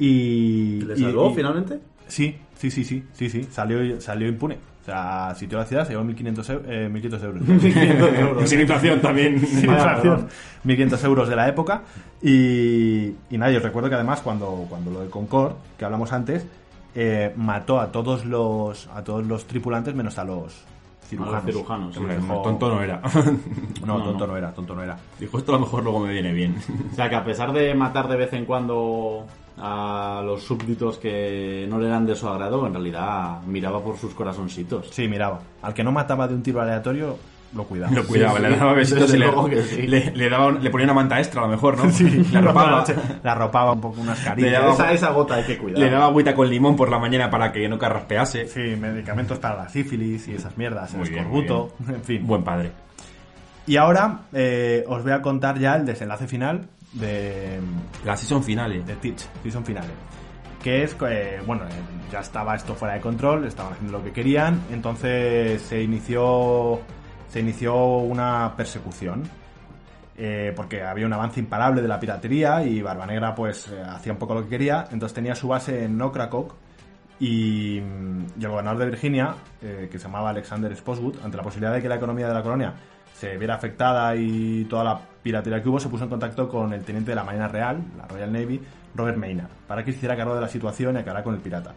Y...
¿Le
y-
salvó
y-
finalmente?
Sí, sí, sí, sí, sí, sí. Salió, salieu impune. O sea, sitió la ciudad, se llevó 1.500 eu- eh, 1.500 *laughs* euros. 1.500
Sin inflación también.
sin inflación. 1.500 euros de la época. Y, y nadie, os recuerdo que además cuando, cuando lo de Concord, que hablamos antes, eh, mató a todos los a todos los tripulantes menos a los cirujanos.
cirujanos,
Que
sí.
me dejó-
Tonto no era. *laughs*
No,
No,
tonto
no.
no. era, tonto no era.
Dijo, esto a lo mejor luego me viene bien. *laughs*
O sea que a pesar de matar de vez en cuando a los súbditos que no le eran de su agrado, en realidad miraba por sus corazoncitos.
Sí, miraba. Al que no mataba de un tiro aleatorio, lo cuidaba.
Lo cuidaba,
sí.
le daba besitos
Desde
y le,
luego que sí.
le- le daba, un- le ponía una manta extra a lo
*laughs*
mejor, ¿no? la
*laughs*
*laughs*
La
arropaba.
arropaba, la arropaba un poco unas
Le
caricias.
daba-
Esa, esa gota hay que cuidar.
Le daba agüita con limón por la mañana para que no carraspease.
Sí, medicamentos para la sífilis y esas mierdas, el
Muy bien,
escorbuto, en fin.
Buen padre.
Y ahora eh, os voy a contar ya el desenlace final de,
La season finale.
de Teach, Season Finale. Que es, eh, bueno, eh, ya estaba esto fuera de control, estaban haciendo lo que querían, entonces se inició, se inició una persecución. eh, porque había un avance imparable de la piratería y Barbanegra pues eh, hacía un poco lo que quería, entonces tenía su base en Ocracoke y, mm, y el gobernador de Virginia, eh, que se llamaba Alexander Spotswood, ante la posibilidad de que la economía de la colonia se viera afectada y toda la piratería que hubo, se puso en contacto con el teniente de la Marina Real, la Royal Navy, Robert Maynard, para que se hiciera cargo de la situación y acabará con el pirata.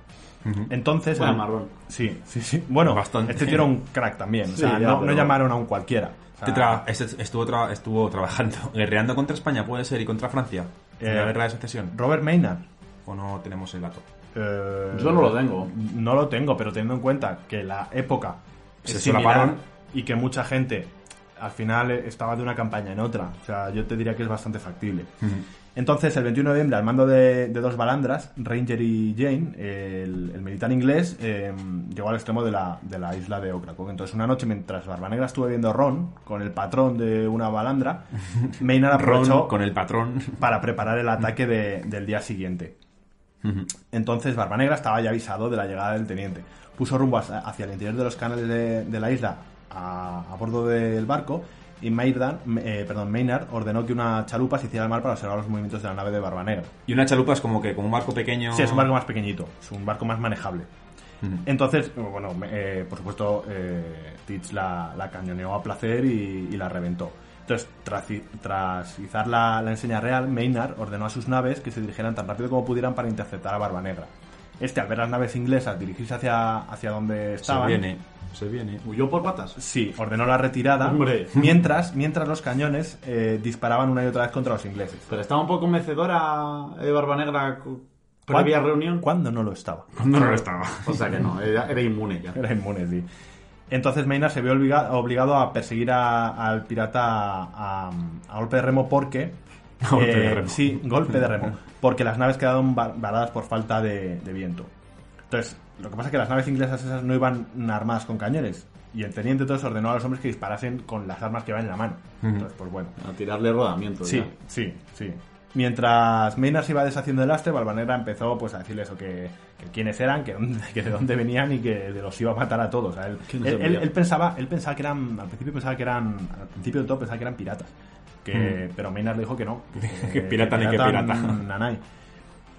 Entonces...
Buen
el-
marrón.
Sí, sí, sí. Bueno,
Bastante.
este tío era un crack también. o
Sí,
sea,
ya,
no, no
pero-
llamaron a un cualquiera. O sea,
Este tra- este estuvo, tra- estuvo trabajando, *laughs* guerreando contra España, puede ser, y contra Francia. en la
Eh,
guerra de sucesión.
Robert Maynard.
O no tenemos el dato.
eh,
Yo no lo tengo.
No lo tengo, pero teniendo en cuenta que la época
Se
es similar
solaparon.
y que mucha gente al final estaba de una campaña en otra. O sea, yo te diría que es bastante factible. Entonces, el 21 de noviembre, al mando de, de dos balandras, Ranger y Jane, el, el militar inglés, eh, llegó al extremo de la, de la isla de Ocracoke. Entonces, una noche, mientras Barbanegra estuvo viendo Ron con el patrón de una balandra, Maynard
Ron
aprovechó
con el patrón. *laughs*
para preparar el ataque de- del día siguiente. Entonces Barbanegra estaba ya avisado de la llegada del teniente. Puso rumbo hacia hacia el interior de los canales de, de la isla a, a bordo del barco y Maynard, eh, perdón, Maynard ordenó que una chalupa se hiciera al mar para observar los movimientos de la nave de Barbanegra.
Y una chalupa es como que como un barco pequeño. Mm.
Sí, es un barco más pequeñito, es un barco más manejable.
Ujú.
Entonces, bueno, eh, por supuesto, eh, Teach la, la cañoneó a placer y, y la reventó. Entonces, tras, i- tras izar la, la enseña real, Maynard ordenó a sus naves que se dirigieran tan rápido como pudieran para interceptar a Barba Negra. Este, al ver las naves inglesas dirigirse hacia, hacia donde
Se
estaban,
viene. Se viene.
¿Huyó por patas?
sí, ordenó la retirada,
Hombre.
mientras, mientras los cañones eh, disparaban una y otra vez contra los ingleses.
Pero estaba un poco mecedora eh, Barbanegra cu- previa
¿Cuándo-
reunión.
¿Cuándo no lo estaba?
No, no lo estaba. *laughs*
O sea que no, era, era inmune ya.
*laughs* Era inmune, sí. Entonces Maynard se vio obliga- obligado a perseguir a- al pirata a, a- a golpe de remo porque...
*laughs*
eh,
golpe de remo.
Sí, golpe
*laughs*
de remo. Porque las naves quedaron va- varadas por falta de, de viento. Entonces, lo que pasa es que las naves inglesas esas no iban armadas con cañones. Y el teniente entonces ordenó a los hombres que disparasen con las armas que iban en la mano. Entonces, pues bueno.
A tirarle rodamiento.
Sí,
ya.
sí, sí. Mientras Maynard se iba deshaciendo del lastre, Balvanera empezó pues a decirle eso, que, que quiénes eran, que, dónde- *laughs* que de dónde venían y que de los iba a matar a todos. O sea, él,
¿Quién
él-
los
él-
envía?
él pensaba, él pensaba que eran, al principio pensaba que eran, al principio de todo pensaba que eran piratas. Que, Pero Maynard le dijo que no.
Hmm. *laughs* Que pirata ni que pirata.
mm, *laughs* nanay.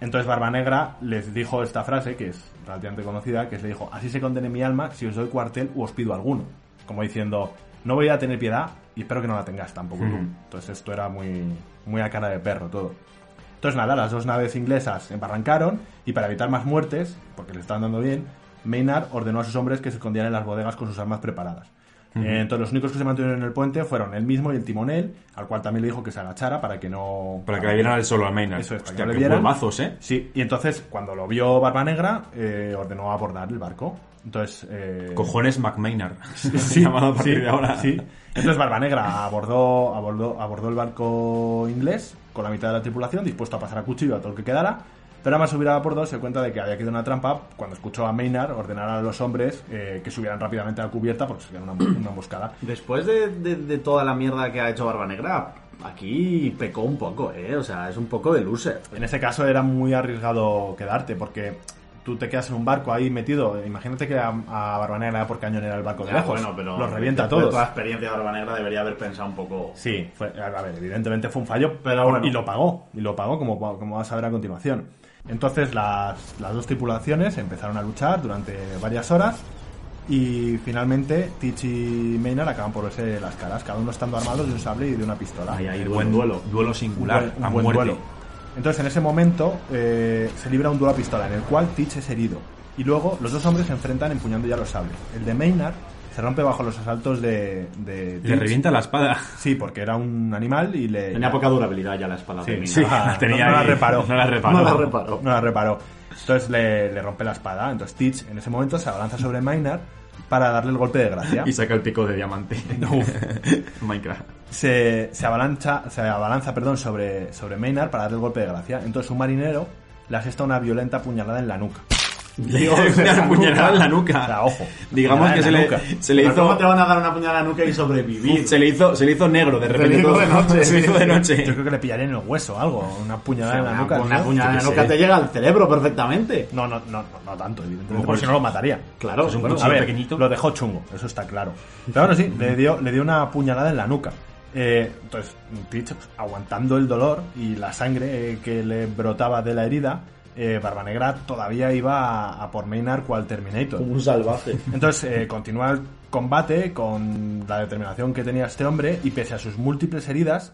Entonces Barbanegra les dijo esta frase, que es relativamente conocida, que es le dijo, así se condene mi alma si os doy cuartel u os pido alguno. Como diciendo, no voy a tener piedad y espero que no la tengas tampoco tú.
Ujú.
Entonces esto era muy, muy a cara de perro todo. Entonces nada, las dos naves inglesas embarrancaron y para evitar más muertes, porque le estaban dando bien, Maynard ordenó a sus hombres que se escondieran en las bodegas con sus armas preparadas. Eh, Entonces los únicos que se mantuvieron en el puente fueron él mismo y el timonel, al cual también le dijo que se agachara para que no...
Para que le vieran al solo al Maynard.
Eso es, para
Hostia,
que le
qué
vieran.
huevazos, ¿eh?
Sí, y entonces cuando lo vio Barba Negra, eh, ordenó abordar el barco. Entonces. eh,
Cojones McMaynard. *laughs* Sí, llamado a partir
*laughs* sí,
de ahora.
sí. Entonces Barba Negra abordó, abordó, abordó el barco inglés con la mitad de la tripulación, dispuesto a pasar a cuchillo a todo el que quedara. Pero además subirá por dos se cuenta de que había quedado una trampa cuando escuchó a Maynard ordenar a los hombres eh, que subieran rápidamente a la cubierta porque sería una, una emboscada.
Después de, de- de toda la mierda que ha hecho Barba Negra, aquí pecó un poco, ¿eh? O sea, es un poco de loser.
En este caso era muy arriesgado quedarte porque tú te quedas en un barco ahí metido. Imagínate que a, a Barbanera por cañón era el barco de
Ya,
lejos.
Ah, bueno, pero
los revienta a
después de
todos.
toda la experiencia de Barba Negra debería haber pensado un poco.
Sí, fue- a ver, evidentemente fue un fallo,
Pero
pero
bueno.
y lo pagó, y lo pagó como, como vas a ver a continuación. Entonces las, las dos tripulaciones empezaron a luchar durante varias horas y finalmente Teach y Maynard acaban por verse las caras, cada uno estando armados de un sable y de una pistola.
Ahí, ahí,
Un
buen duelo.
Duelo singular,
buen- un
a
buen
muerte.
duelo. Entonces en ese momento eh, se libra un duelo a pistola en el cual Teach es herido y luego los dos hombres se enfrentan empuñando ya los sables. El de Maynard se rompe bajo los asaltos de, de
Le
Teach.
revienta la
*laughs*
espada.
Sí, porque era un animal y le.
Tenía poca durabilidad ya la espada de Mina.
*laughs*
sí,
la tenía
Ah, no, no la
ahí.
reparó.
No la reparó.
No la reparó.
No la reparó. Entonces le, le rompe la espada. Entonces Teach en ese momento se abalanza sobre Maynard para darle el golpe de gracia.
Y saca el pico de
*laughs*
diamante.
*laughs*
Minecraft.
Se, se avalancha, se abalanza perdón, sobre, sobre Maynard para darle el golpe de gracia. Entonces un marinero le asesta una violenta puñalada en la nuca.
Digo, *laughs* una puñalada en la nuca.
O sea, ojo.
Digamos
puñalada
que se
en la
le,
nuca.
se le
Pero ¿Cómo
hizo.
te van a dar una puñalada en la nuca y sobrevivir?
Se le hizo, se le hizo negro de repente.
hizo
todo.
de
*laughs*
noche.
Se le hizo de noche.
Yo creo que le pillaré en el hueso algo. Una puñalada en la
Una-
nuca.
una
¿no?
puñalada en la nuca te llega al cerebro perfectamente.
No, no, no, no, no tanto, evidentemente. Porque si no lo mataría.
Claro,
Es un
bueno,
cuchillo.
A ver,
pequeñito.
lo dejó chungo, eso está claro. Pero bueno, sí, le dio, le dio una puñalada en la nuca. Eh, entonces, Teach, pues, aguantando el dolor y la sangre eh, que le brotaba de la herida, eh, Barbanegra todavía iba a, a por Maynard cual Terminator.
como un salvaje.
Entonces, eh, continúa el combate con la determinación que tenía este hombre y pese a sus múltiples heridas,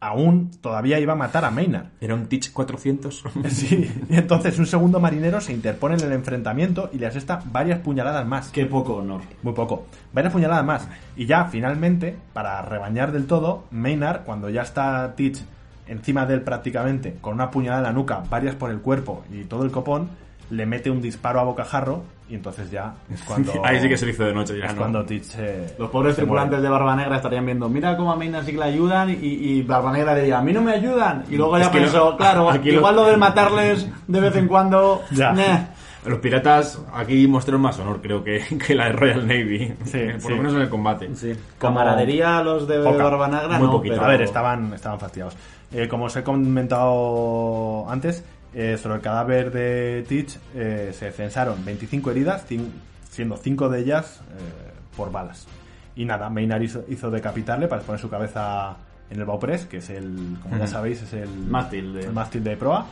aún todavía iba a matar a Maynard. *laughs*
Era un Teach 400.
Sí. Y entonces un segundo marinero se interpone en el enfrentamiento y le asesta varias puñaladas más.
*laughs* Qué poco honor.
Muy poco. Varias puñaladas más. Y ya, finalmente, para rebañar del todo, Maynard, cuando ya está Teach encima de él prácticamente, con una puñalada en la nuca, varias por el cuerpo y todo el copón, le mete un disparo a bocajarro y entonces ya es cuando...
*laughs* Ahí sí que se le hizo de noche. Ya
Es
no.
cuando Teach... eh,
Los pobres
se
tripulantes
muere.
de Barba Negra estarían viendo, mira cómo a Maynard sí que le ayudan y, y Barba Negra diría, a mí no me ayudan. Y luego
Es
ya
que
pensó,
lo-
*laughs*
claro,
aquí lo-
igual lo... de matarles de vez en cuando...
Ya.
meh".
Los piratas aquí mostraron más honor, creo que, *laughs* que la de Royal Navy.
Sí,
Por
sí.
lo menos en el combate.
Como-
Camaradería a los de
Poca.
Barba Negra,
Muy
no,
poquito.
pero-
A ver, estaban, estaban fastidiados. Eh, como os he comentado antes, eh, sobre el cadáver de Teach eh, se censaron 25 heridas, cin- siendo 5 de ellas eh, por balas. Y nada, Maynard hizo, hizo decapitarle para poner su cabeza en el bauprés, que es el, como ya sabéis, es el
Mástil de-
el mástil de proa.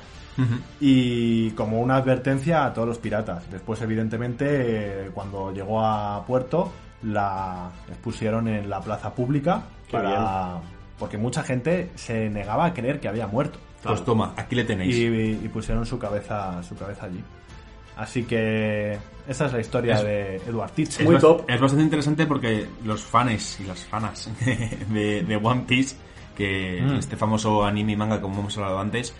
Y como una advertencia a todos los piratas. Después, evidentemente, eh, cuando llegó a puerto, la expusieron en la plaza pública
Qué
para... porque mucha gente se negaba a creer que había muerto.
Pues toma, aquí le tenéis.
Y, y pusieron su cabeza, su cabeza allí. Así que esa es la historia
Es-
de Edward Teach.
Es
Muy
bas-
top.
Es bastante interesante porque los fans y las fanas *laughs* de, de One Piece, que
Mm.
este famoso anime y manga, como hemos hablado antes,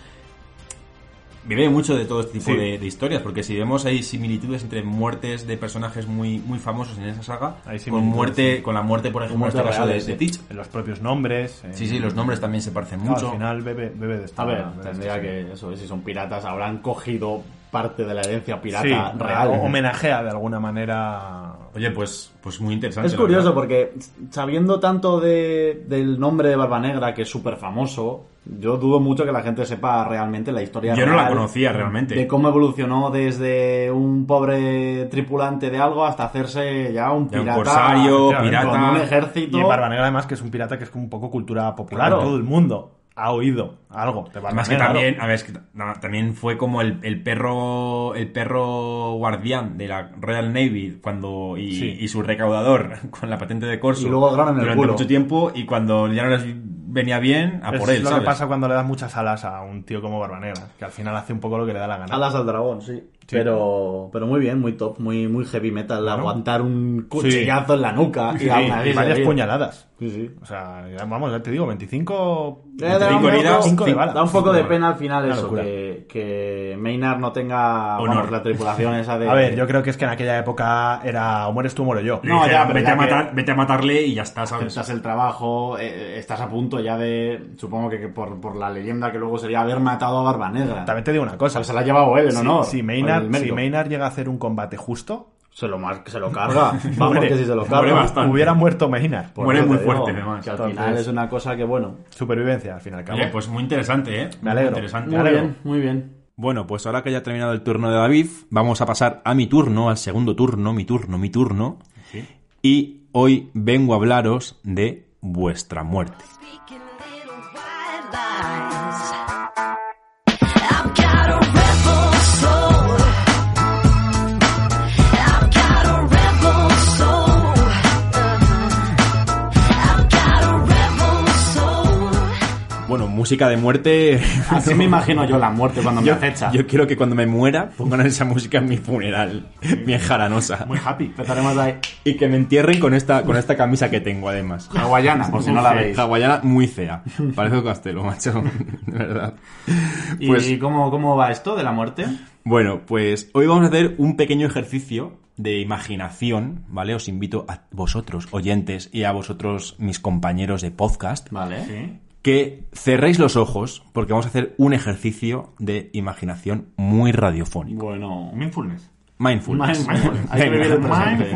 vive mucho de todo este tipo
Sí.
de, de historias. Porque si vemos, hay similitudes entre muertes de personajes muy, muy famosos en esa saga,
Hay
con,
similitudes,
muerte,
sí.
con la muerte, por ejemplo, en
Muertes
este caso de,
reales,
de
sí.
Teach.
En los propios nombres. en-
Sí, sí, los nombres también se parecen
Claro,
mucho.
Al final bebe, bebe de esta.
A ver,
bebe de
tendría
esta, sí.
que, eso es, si son piratas, habrán cogido parte de la herencia pirata
Sí,
real.
o- *laughs* homenajea de alguna manera
Oye, pues, pues muy interesante.
Es
la
curioso
verdad.
porque sabiendo tanto de- del nombre de Barba Negra, que es súper famoso, yo dudo mucho que la gente sepa realmente la historia
Yo no la
real
conocía realmente.
De cómo evolucionó desde un pobre tripulante de algo hasta hacerse ya un
Ya un
pirata.
corsario,
con
pirata.
un ejército.
Y en Barba Negra, además, que es un pirata que es como un poco cultura popular.
Claro.
Todo el mundo ha oído algo de Barba
Además que
Negra,
también, a ver, es que ta- na- también fue como el, el perro el perro guardián de la Royal Navy cuando y,
Sí.
y su recaudador *laughs* con la patente de corso
Y luego el grano en el
durante
culo.
mucho tiempo y cuando ya no les venía bien a
claro.
por
es
él,
lo
¿sabes?
que pasa cuando le das muchas alas a un tío como Barba Negra, que al final hace un poco lo que le da la gana.
Alas al dragón, sí. Pero, pero muy bien, muy top, muy, muy heavy metal. Aguantar un cuchillazo en la nuca y, aún así
y varias
seguir.
puñaladas.
Sí, sí.
O sea, ya- vamos, ya te digo, 25.
Eh, da, un
25
poco,
cinco de bala.
da un poco de pena al final
Una
eso,
locura.
que, que Maynard no tenga
Honor.
vamos, la tripulación esa de...
*laughs* A ver, yo creo que es que en aquella época era o mueres tú o muero yo.
Le
No,
dijeron,
ya, pero
vete,
ya
a
que-
matar, vete a matarle y ya está, ¿sabes?
Aceptas el trabajo, eh, estás a punto ya de... Supongo que, que por, por la leyenda que luego sería haber matado a Barba Negra.
También te digo una cosa.
O sea, pues se la ha llevado él en honor.
si, si
por
Maynard,
el
si
mérito.
Maynard llega a hacer un combate justo,
Se lo, mar- se lo
*laughs*
carga. Vamos,
Muere.
que si se lo
Muere
carga.
bastante.
hubiera muerto Maynard.
Por
Muere
eso
muy
te digo,
fuerte, además.
Que al
Entonces-
final es una cosa que, bueno...
Supervivencia, al fin y al cabo.
Oye, pues muy interesante, ¿eh?
Me alegro.
Muy interesante.
Muy
alegro.
bien, muy bien.
Bueno, pues ahora que ya ha terminado el turno de David, vamos a pasar a mi turno, al segundo turno, mi turno, mi turno. Y hoy vengo a hablaros de vuestra muerte.
Speaking little white lies. I've got a rebel soul. I've got a rebel soul. Uh-huh. I've got a rebel soul.
Bueno, música de muerte.
Así me
*laughs*
imagino yo la muerte cuando me acecha.
Yo quiero que cuando me muera pongan esa música en mi funeral, *laughs* bien jaranosa.
Muy happy. Empezaremos ahí.
Y que me entierren con esta, con esta camisa que tengo, además.
Hawaiana, por si no la veis.
Hawaiana muy fea. Parece un castelo, macho. *laughs* De verdad.
¿Y
Pues-
cómo, cómo va esto de la muerte?
Bueno, pues hoy vamos a hacer un pequeño ejercicio de imaginación, ¿vale? Os invito a vosotros, oyentes, y a vosotros, mis compañeros de podcast,
Vale.
que cerréis los ojos, porque vamos a hacer un ejercicio de imaginación muy radiofónico.
Bueno.
Mindfulness.
Mindful. *laughs*
Mindful. Hay que vivir el presente.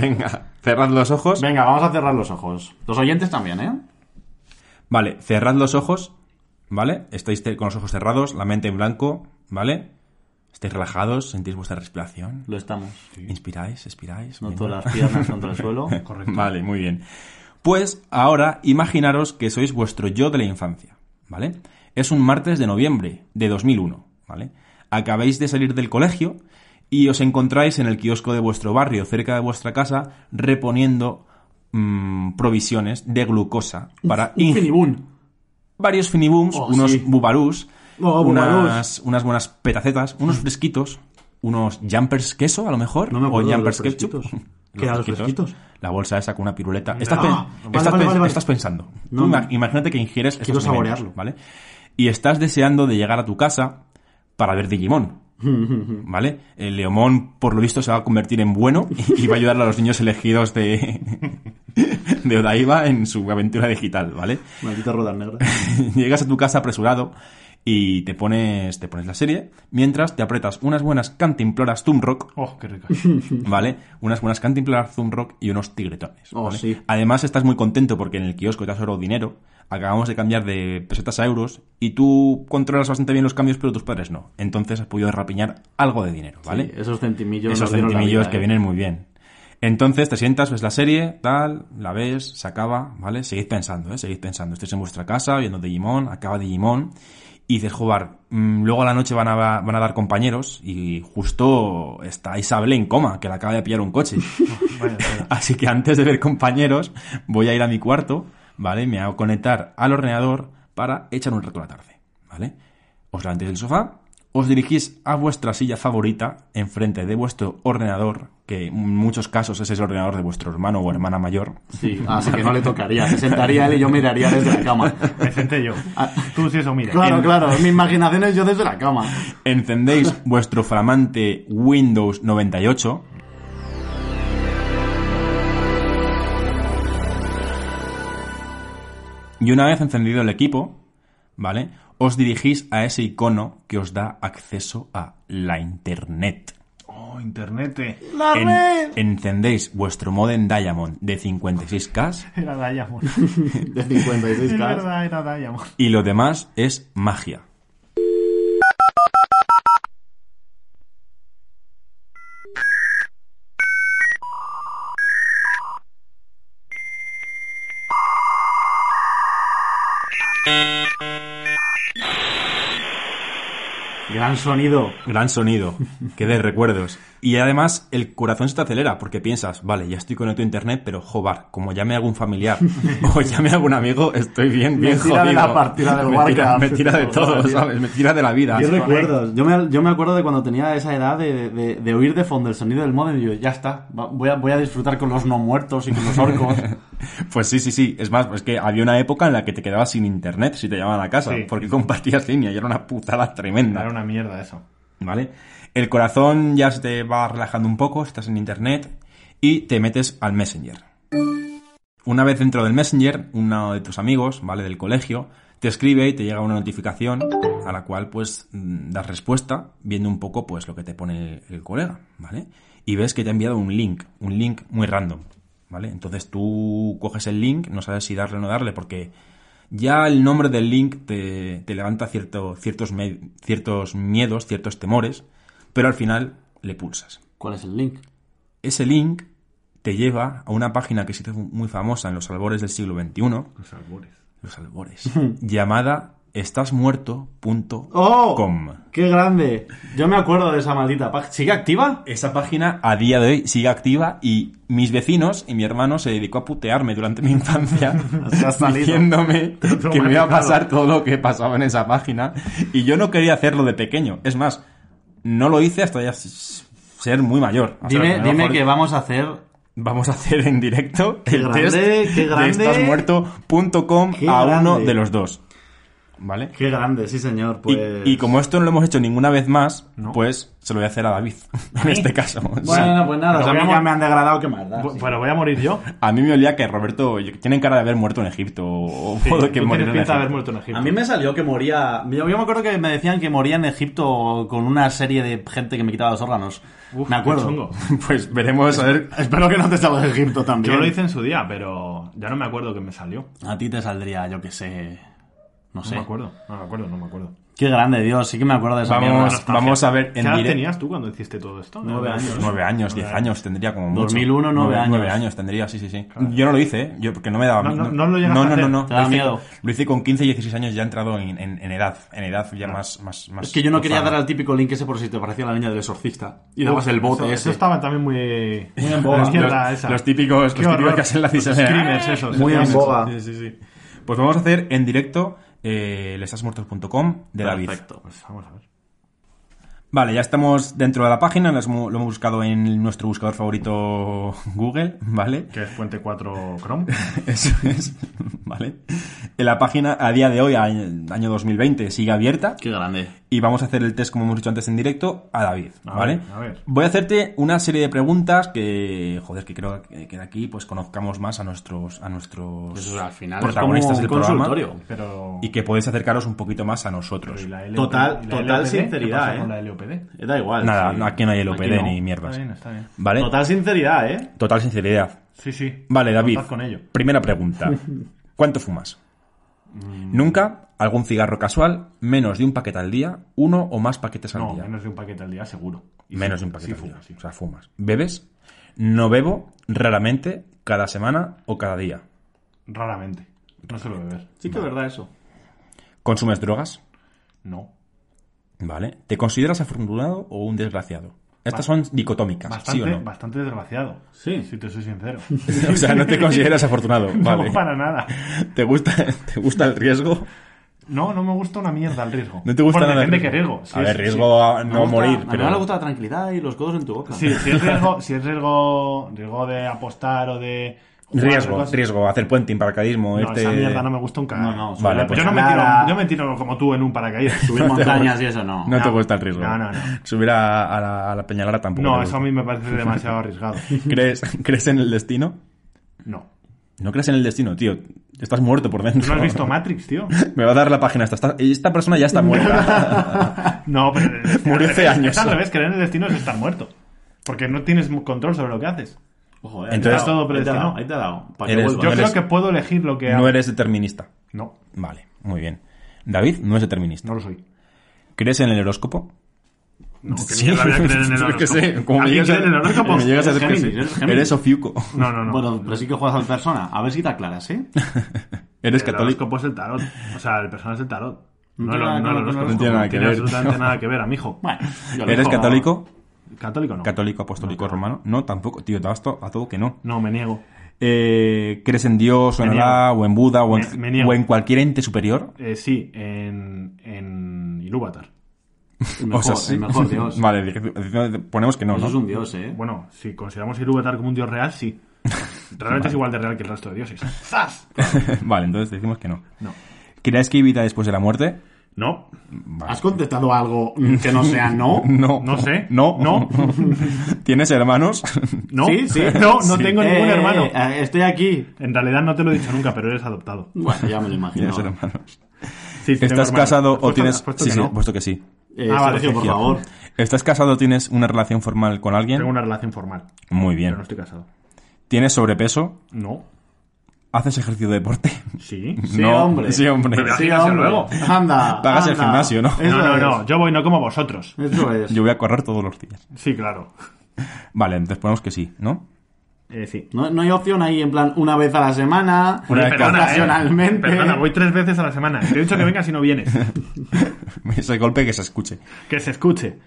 Venga, cerrad los ojos.
Venga, vamos a cerrar los ojos. Los oyentes también, ¿eh?
Vale, cerrad los ojos, ¿vale? Estáis te- con los ojos cerrados, la mente en blanco, ¿vale? Estáis relajados, sentís vuestra respiración.
Lo estamos.
Inspiráis, expiráis.
No
bien.
todas las piernas contra el suelo. *laughs* Correcto.
Vale, muy bien. Pues ahora imaginaros que sois vuestro yo de la infancia, ¿vale? Es un martes de noviembre de 2001, ¿vale? Acabáis de salir del colegio y os encontráis en el kiosco de vuestro barrio, cerca de vuestra casa, reponiendo mm, provisiones de glucosa para ing-
*laughs* Finibun.
varios finibooms,
Oh,
unos
sí.
bubarús,
Oh, bubarús.
unas, unas buenas petacetas, unos fresquitos, unos jumpers queso a lo mejor,
No me acuerdo
o
de
jumpers
los
ketchup.
fresquitos. ¿Qué eran los fresquitos?
La bolsa esa con una piruleta. Estás,
Ah,
pen-
vale,
estás
vale,
pen-
vale, vale.
estás pensando.
No,
Tú
no.
ima- Imagínate que ingieres
Quiero
estos alimentos,
saborearlo.
¿vale? Y estás deseando de llegar a tu casa para ver Digimon. ¿Vale? El Leomón, por lo visto, se va a convertir en bueno *laughs* y y va a ayudar a los niños elegidos de, *laughs* de Odaiba en su aventura digital, ¿vale?
Maldita rueda negra.
*laughs* llegas a tu casa apresurado y te pones, te pones la serie, mientras te apretas unas buenas cantimploras Zoom Rock,
Oh, qué rico.
*laughs* ¿vale? Unas buenas cantimploras Zoom Rock y unos tigretones.
Oh,
¿vale?
sí.
Además, estás muy contento porque en el kiosco te has ahorrado dinero. Acabamos de cambiar de pesetas a euros y tú controlas bastante bien los cambios, pero tus padres no. Entonces has podido rapiñar algo de dinero, ¿vale?
Sí, esos centimillos.
Esos
nos dieron la
centimillos
vida,
que
¿eh?
vienen muy bien. Entonces te sientas, ves la serie, tal, la ves, se acaba, ¿vale? Seguid pensando, ¿eh? Seguid pensando. Estáis en vuestra casa viendo Digimon, acaba Digimon. Y dices, jugar, luego a la noche van a, van a dar compañeros y justo está Isabel en coma, que la acaba de pillar un
*laughs*
coche.
Oh,
*laughs* Así que antes de ver compañeros, voy a ir a mi cuarto, ¿vale? Me hago conectar al ordenador para echar un rato la tarde, ¿vale? Os levantáis del sofá, os dirigís a vuestra silla favorita enfrente de vuestro ordenador, que en muchos casos es el ordenador de vuestro hermano o hermana mayor.
Sí, así que no le tocaría. Se sentaría él y yo miraría desde la cama.
Me senté yo. Tú sí eso mira.
Ah. Claro, claro. Mi imaginación es yo desde la *laughs* cama.
Encendéis vuestro flamante Windows 98. Y una vez encendido el equipo, ¿vale? Os dirigís a ese icono que os da acceso a la internet.
Oh, internet. eh.
En- encendéis vuestro modem Diamond de 56K
*laughs*
Era Diamond.
De
Es
56K.
verdad, era Diamond.
y lo demás es magia.
Gran sonido. *laughs*
Gran sonido, que de recuerdos. Y además el corazón se te acelera porque piensas, vale, ya estoy conectado a internet, pero jobar, como llame a algún
*laughs*
familiar o llame a algún amigo, estoy bien, bien
Mentira
jodido.
de la partida del
me, tira,
Warcraft.
me tira
*laughs*
de todo, ¿sabes? Me tira de la vida.
Yo
Es
recuerdos. Yo me, yo me acuerdo de cuando tenía esa edad de, de- de oír de fondo el sonido del modem y yo, ya está, va- voy a, voy a disfrutar con los no muertos y con los orcos.
Pues sí, sí, sí. Es más, es que había una época en la que te quedabas sin internet si te llamaban a casa,
Sí.
porque compartías línea y era una putada tremenda.
Era una mierda eso.
¿Vale? El corazón ya se te va relajando un poco, estás en internet y te metes al Messenger. Una vez dentro del Messenger, uno de tus amigos, ¿vale? Del colegio, te escribe y te llega una notificación a la cual pues mm, das respuesta viendo un poco pues lo que te pone el, el colega, ¿vale? Y ves que te ha enviado un link, un link muy random, ¿vale? Entonces tú coges el link, no sabes si darle o no darle porque ya el nombre del link te, te levanta cierto, ciertos, me- ciertos miedos, ciertos temores, pero al final le pulsas
*laughs* ¿Cuál es el link?
ese link te lleva a una página que se hizo muy famosa en los albores del siglo XXI. Los albores. Los albores. llamada
¡Oh!
estasmuerto.com.
¡Qué grande! Yo me acuerdo de esa maldita página. ¿Sigue activa? *laughs*
Esa página a día de hoy sigue activa y mis vecinos y mi hermano se dedicó a putearme durante mi infancia
Se has salido. *laughs*
diciéndome que me iba a pasar todo lo que pasaba en esa página y yo no quería hacerlo de pequeño. Es más, no lo hice hasta ya s- ser muy mayor. O sea,
Dime,
a lo
dime
mejor-
que vamos a hacer
Vamos a hacer en directo el
grande,
test
qué
de
grande.
estasmuerto.com
Qué
a uno
grande.
de los dos. ¿Vale?
Qué grande, sí señor.
Y-
Pues...
Y, como esto no lo hemos hecho ninguna vez más, pues se lo voy a hacer a David, *laughs* en este caso.
Bueno, pues nada,
Pero
o sea, a mí
veamos-
ya me han degradado, qué maldad.
Bu- Pero voy a morir
*laughs*
yo.
Sí. A mí me olía que Roberto yo- tienen cara de haber muerto en Egipto o, o
Sí,
puedo
tú
que
tienes
morir en
pinta de haber
Egipto.
muerto en Egipto.
A mí me salió que moría... Yo, yo me acuerdo que me decían que moría en Egipto con una serie de gente que me quitaba los órganos.
Uf,
me
qué
acuerdo. *laughs*
chungo.
*laughs* Pues veremos a ver.
Espero que no te salga de Egipto también.
Yo lo hice en su día, pero ya no me acuerdo que me salió.
A ti te saldría, yo qué sé... No
No
sé.
me acuerdo, no me acuerdo, no me acuerdo.
qué grande, Dios, sí que me acuerdo de esa mierda.
Vamos, vamos a ver
¿Qué
en
edad
directo.
tenías tú cuando hiciste todo esto?
Nueve años.
Nueve años, diez años tendría como mucho.
2001, nueve años.
Nueve años tendría, sí, sí, sí. Yo no lo hice, ¿eh? yo porque no me daba...
No, no, no lo llegaste
no,
a
no,
hacer.
no, no.
Te daba
Lo hice-
miedo.
Lo hice con 15, 16 años ya entrado en, en- en edad, en edad ya
Ah.
más, más, más...
Es que yo
Pues
no quería
profana. *laughs*
dar al típico link ese por si te parecía la niña del exorcista. Y dabas el bote
Eso,
ese.
eso estaba también muy. Muy
Los- los, los típicos, los típicos que hacen la diseña.
Screamers, esos.
Muy en
esos.
boga.
Sí, sí, sí. Pues vamos a hacer en directo eh, lestasmuertos.com de David.
Perfecto.
Pues vamos a ver.
Vale, ya estamos dentro de la página, lo hemos, lo hemos buscado en nuestro buscador favorito Google, *laughs* ¿vale?
Que es Puente 4 Chrome.
*laughs* Eso es, ¿vale? La página a día de hoy, a- año 2020, sigue abierta
Qué grande.
y vamos a hacer el test, como hemos dicho antes en directo, a David,
A
¿vale?
ver, a ver.
Voy a hacerte una serie de preguntas que, joder, que creo que que de aquí pues conozcamos más a nuestros, a
Pues
nuestros
Eso Pues al final es
protagonistas
como un
del programa
consultorio.
Pero.
y que podéis acercaros un poquito más a nosotros.
¿y la LP?
Total-
¿Y la
total
LPD?
sinceridad,
¿Qué pasa
eh?
con la LOPD?
Da igual.
Nada,
sí.
no, aquí no hay el OPD
no.
ni
Está
mierdas,
bien, está bien.
¿vale? Total,
Total sinceridad, ¿eh?
sinceridad.
Sí, sí.
Vale, David,
Contad con ello.
primera pregunta. ¿Cuánto fumas?
Mm.
Nunca algún cigarro casual, menos de un paquete al día, uno o más paquetes al
No,
día.
menos de un paquete al día, seguro. Y
Menos
sí,
de un paquete
sí,
al
fumo,
día.
sí.
O sea, fumas. ¿Bebes? No bebo, raramente, cada semana o cada día.
Raramente. No suelo beber.
Sí que es verdad eso.
¿Consumes drogas?
No.
Vale. ¿Te consideras afortunado o un desgraciado? Estas son dicotómicas, ¿sí
Bastante,
o no?
bastante desgraciado.
Sí.
Si te soy sincero.
*laughs* o sea, no te consideras afortunado. Vale.
*laughs* No, para nada.
¿Te gusta, ¿Te gusta el riesgo?
No, no me gusta una mierda el riesgo.
¿No te gusta
Bueno,
nada el
depende qué
riesgo?
riesgo. Si
a
es-
ver, riesgo a no
Me gusta-
morir,
A mí me
pero...
gusta la tranquilidad y los codos en tu boca.
Sí, si es riesgo, si es riesgo, riesgo de apostar o de jugar,
Riesgo,
cosas-
riesgo, hacer puenting, paracaidismo,
No,
este...
esa mierda no me gusta un cagado.
No, no,
Vale, pues
yo no me tiro,
nada.
yo me tiro como tú en un paracaídas.
*laughs*
Subir montañas y eso no.
No te
No.
gusta el riesgo.
No, no, no.
Subir a, a la, a la Peñalara tampoco.
No,
te
eso
gusta.
a mí me parece demasiado arriesgado.
¿Crees, ¿Crees en el destino?
No.
No crees en el destino, tío. Estás muerto por dentro.
¿No has visto Matrix, tío?
Me va a dar la página esta. Esta, esta persona
*laughs*
ya está muerta.
No, pero...
Murió hace
es
años.
al revés, creer en el destino es estar muerto. Porque no tienes control sobre lo que haces.
Ojo, eh,
Entonces-
ahí te ha dado,
Todo
ahí te ha dado,
predestinado.
ahí te ha dado. Pa' que
Eres-
vuelvas.
Yo
No
creo
eres-
que puedo elegir lo que hago.
no eres determinista.
No,
Vale, muy bien. David no es determinista.
no lo soy.
¿Crees en el horóscopo?
No, que mierda voy
*laughs*
a *laughs* creer en el
Yo qué
horóscopo.
sé, como me
¿Alguien
llegas a-
cree en el horóscopo?
me llegas a
Eres
decir que
Géminis,
sí.
eres Géminis.
Eres Ofiuco.
No, no, no.
Bueno, pero sí que juegas al persona. A ver si te aclaras, ¿eh?
Eres
El
católico.
horóscopo es el tarot. O sea, el personaje es el tarot. No,
tiene
lo-
nada
no
que
el
ver con el
horóscopo.
horóscopo. No tiene nada que ver.
absolutamente nada que ver, amigo.
Bueno, yo lo
¿Eres
digo.
católico?
Católico no.
Católico, apostólico, romano. No, tampoco, tío, te vas to- a todo que no.
no, me niego.
Eh, ¿Crees en Dios, o en
Me niego.
Alá, o en Buda, o en,
Me- me niego.
o en cualquier ente superior?
Eh, sí, en, en Ilúvatar.
El mejor,
o sea, sí. *laughs*
el mejor Dios.
vale, directo- ponemos que no,
Eso
¿no?
es un Dios, ¿eh?
Bueno, si consideramos Ilúvatar como un dios real, sí. Realmente es igual de real que el resto de dioses. ¡Zas!
*laughs* vale, entonces decimos que no.
No.
¿Crees que hay vida después de la muerte?
No,
Vale.
¿Has contestado algo que no sea no?
*laughs* No.
No sé.
No.
No.
*laughs* ¿Tienes
*laughs*
hermanos?
no,
Sí, sí.
no, no
Sí.
tengo
Eh,
ningún
eh,
hermano.
eh, estoy aquí.
En realidad no te lo he dicho nunca, pero eres adoptado.
Bueno, ya me lo imagino.
¿Tienes hermanos?
Sí, sí, tengo
¿Estás
hermanos.
casado
Has
o
puesto-
tienes...?
has puesto
sí,
que
sí, pues
no.
he puesto que sí.
Eh,
Ah, vale,
Sergio, por
Sergio.
favor.
¿Estás casado o tienes una relación formal con alguien?
Tengo una relación formal,
Muy
pero
bien.
no estoy casado.
¿Tienes sobrepeso?
No,
¿Haces ejercicio de deporte?
sí.
*laughs*
Sí,
no.
hombre.
Sí, hombre.
*laughs* Pero
Sí,
Imagínese
hombre.
luego.
Anda.
Pagas el
anda.
gimnasio, ¿no?
Eso
no, no, no,
es.
yo voy no como vosotros.
Eso es.
Yo voy a correr todos los días.
Sí, claro.
Vale, entonces ponemos que sí, ¿no?
Eh, sí.
No, no hay opción ahí, en plan, una vez a la semana,
Una
Oye,
vez
perdona,
ocasionalmente.
eh. Perdona, voy tres veces a la semana. Te he dicho que vengas y no vienes.
*laughs* Ese golpe que se escuche.
Que se escuche.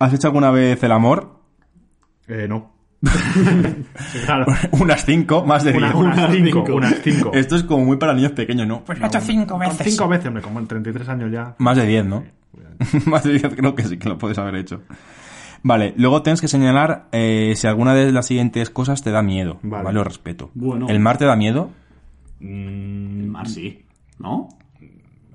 ¿Has hecho alguna vez el amor? *laughs*
Eh, no. Sí, claro.
unas cinco, *laughs* más de
Una-
diez.
unas cinco,
cinco.
unas cinco.
*laughs* Esto es como muy para niños pequeños, ¿no? Pues
Con- Con cinco veces, hombre, como en 33 años ya.
Más de 10, ¿no? *laughs* Más de 10 creo que sí que lo puedes haber hecho. Vale, luego tienes que señalar eh, si alguna de las siguientes cosas te da miedo. Vale.
Vale.
o respeto.
Bueno.
¿El mar te da
*laughs*
miedo?
El
Mm,
mar sí, ¿no?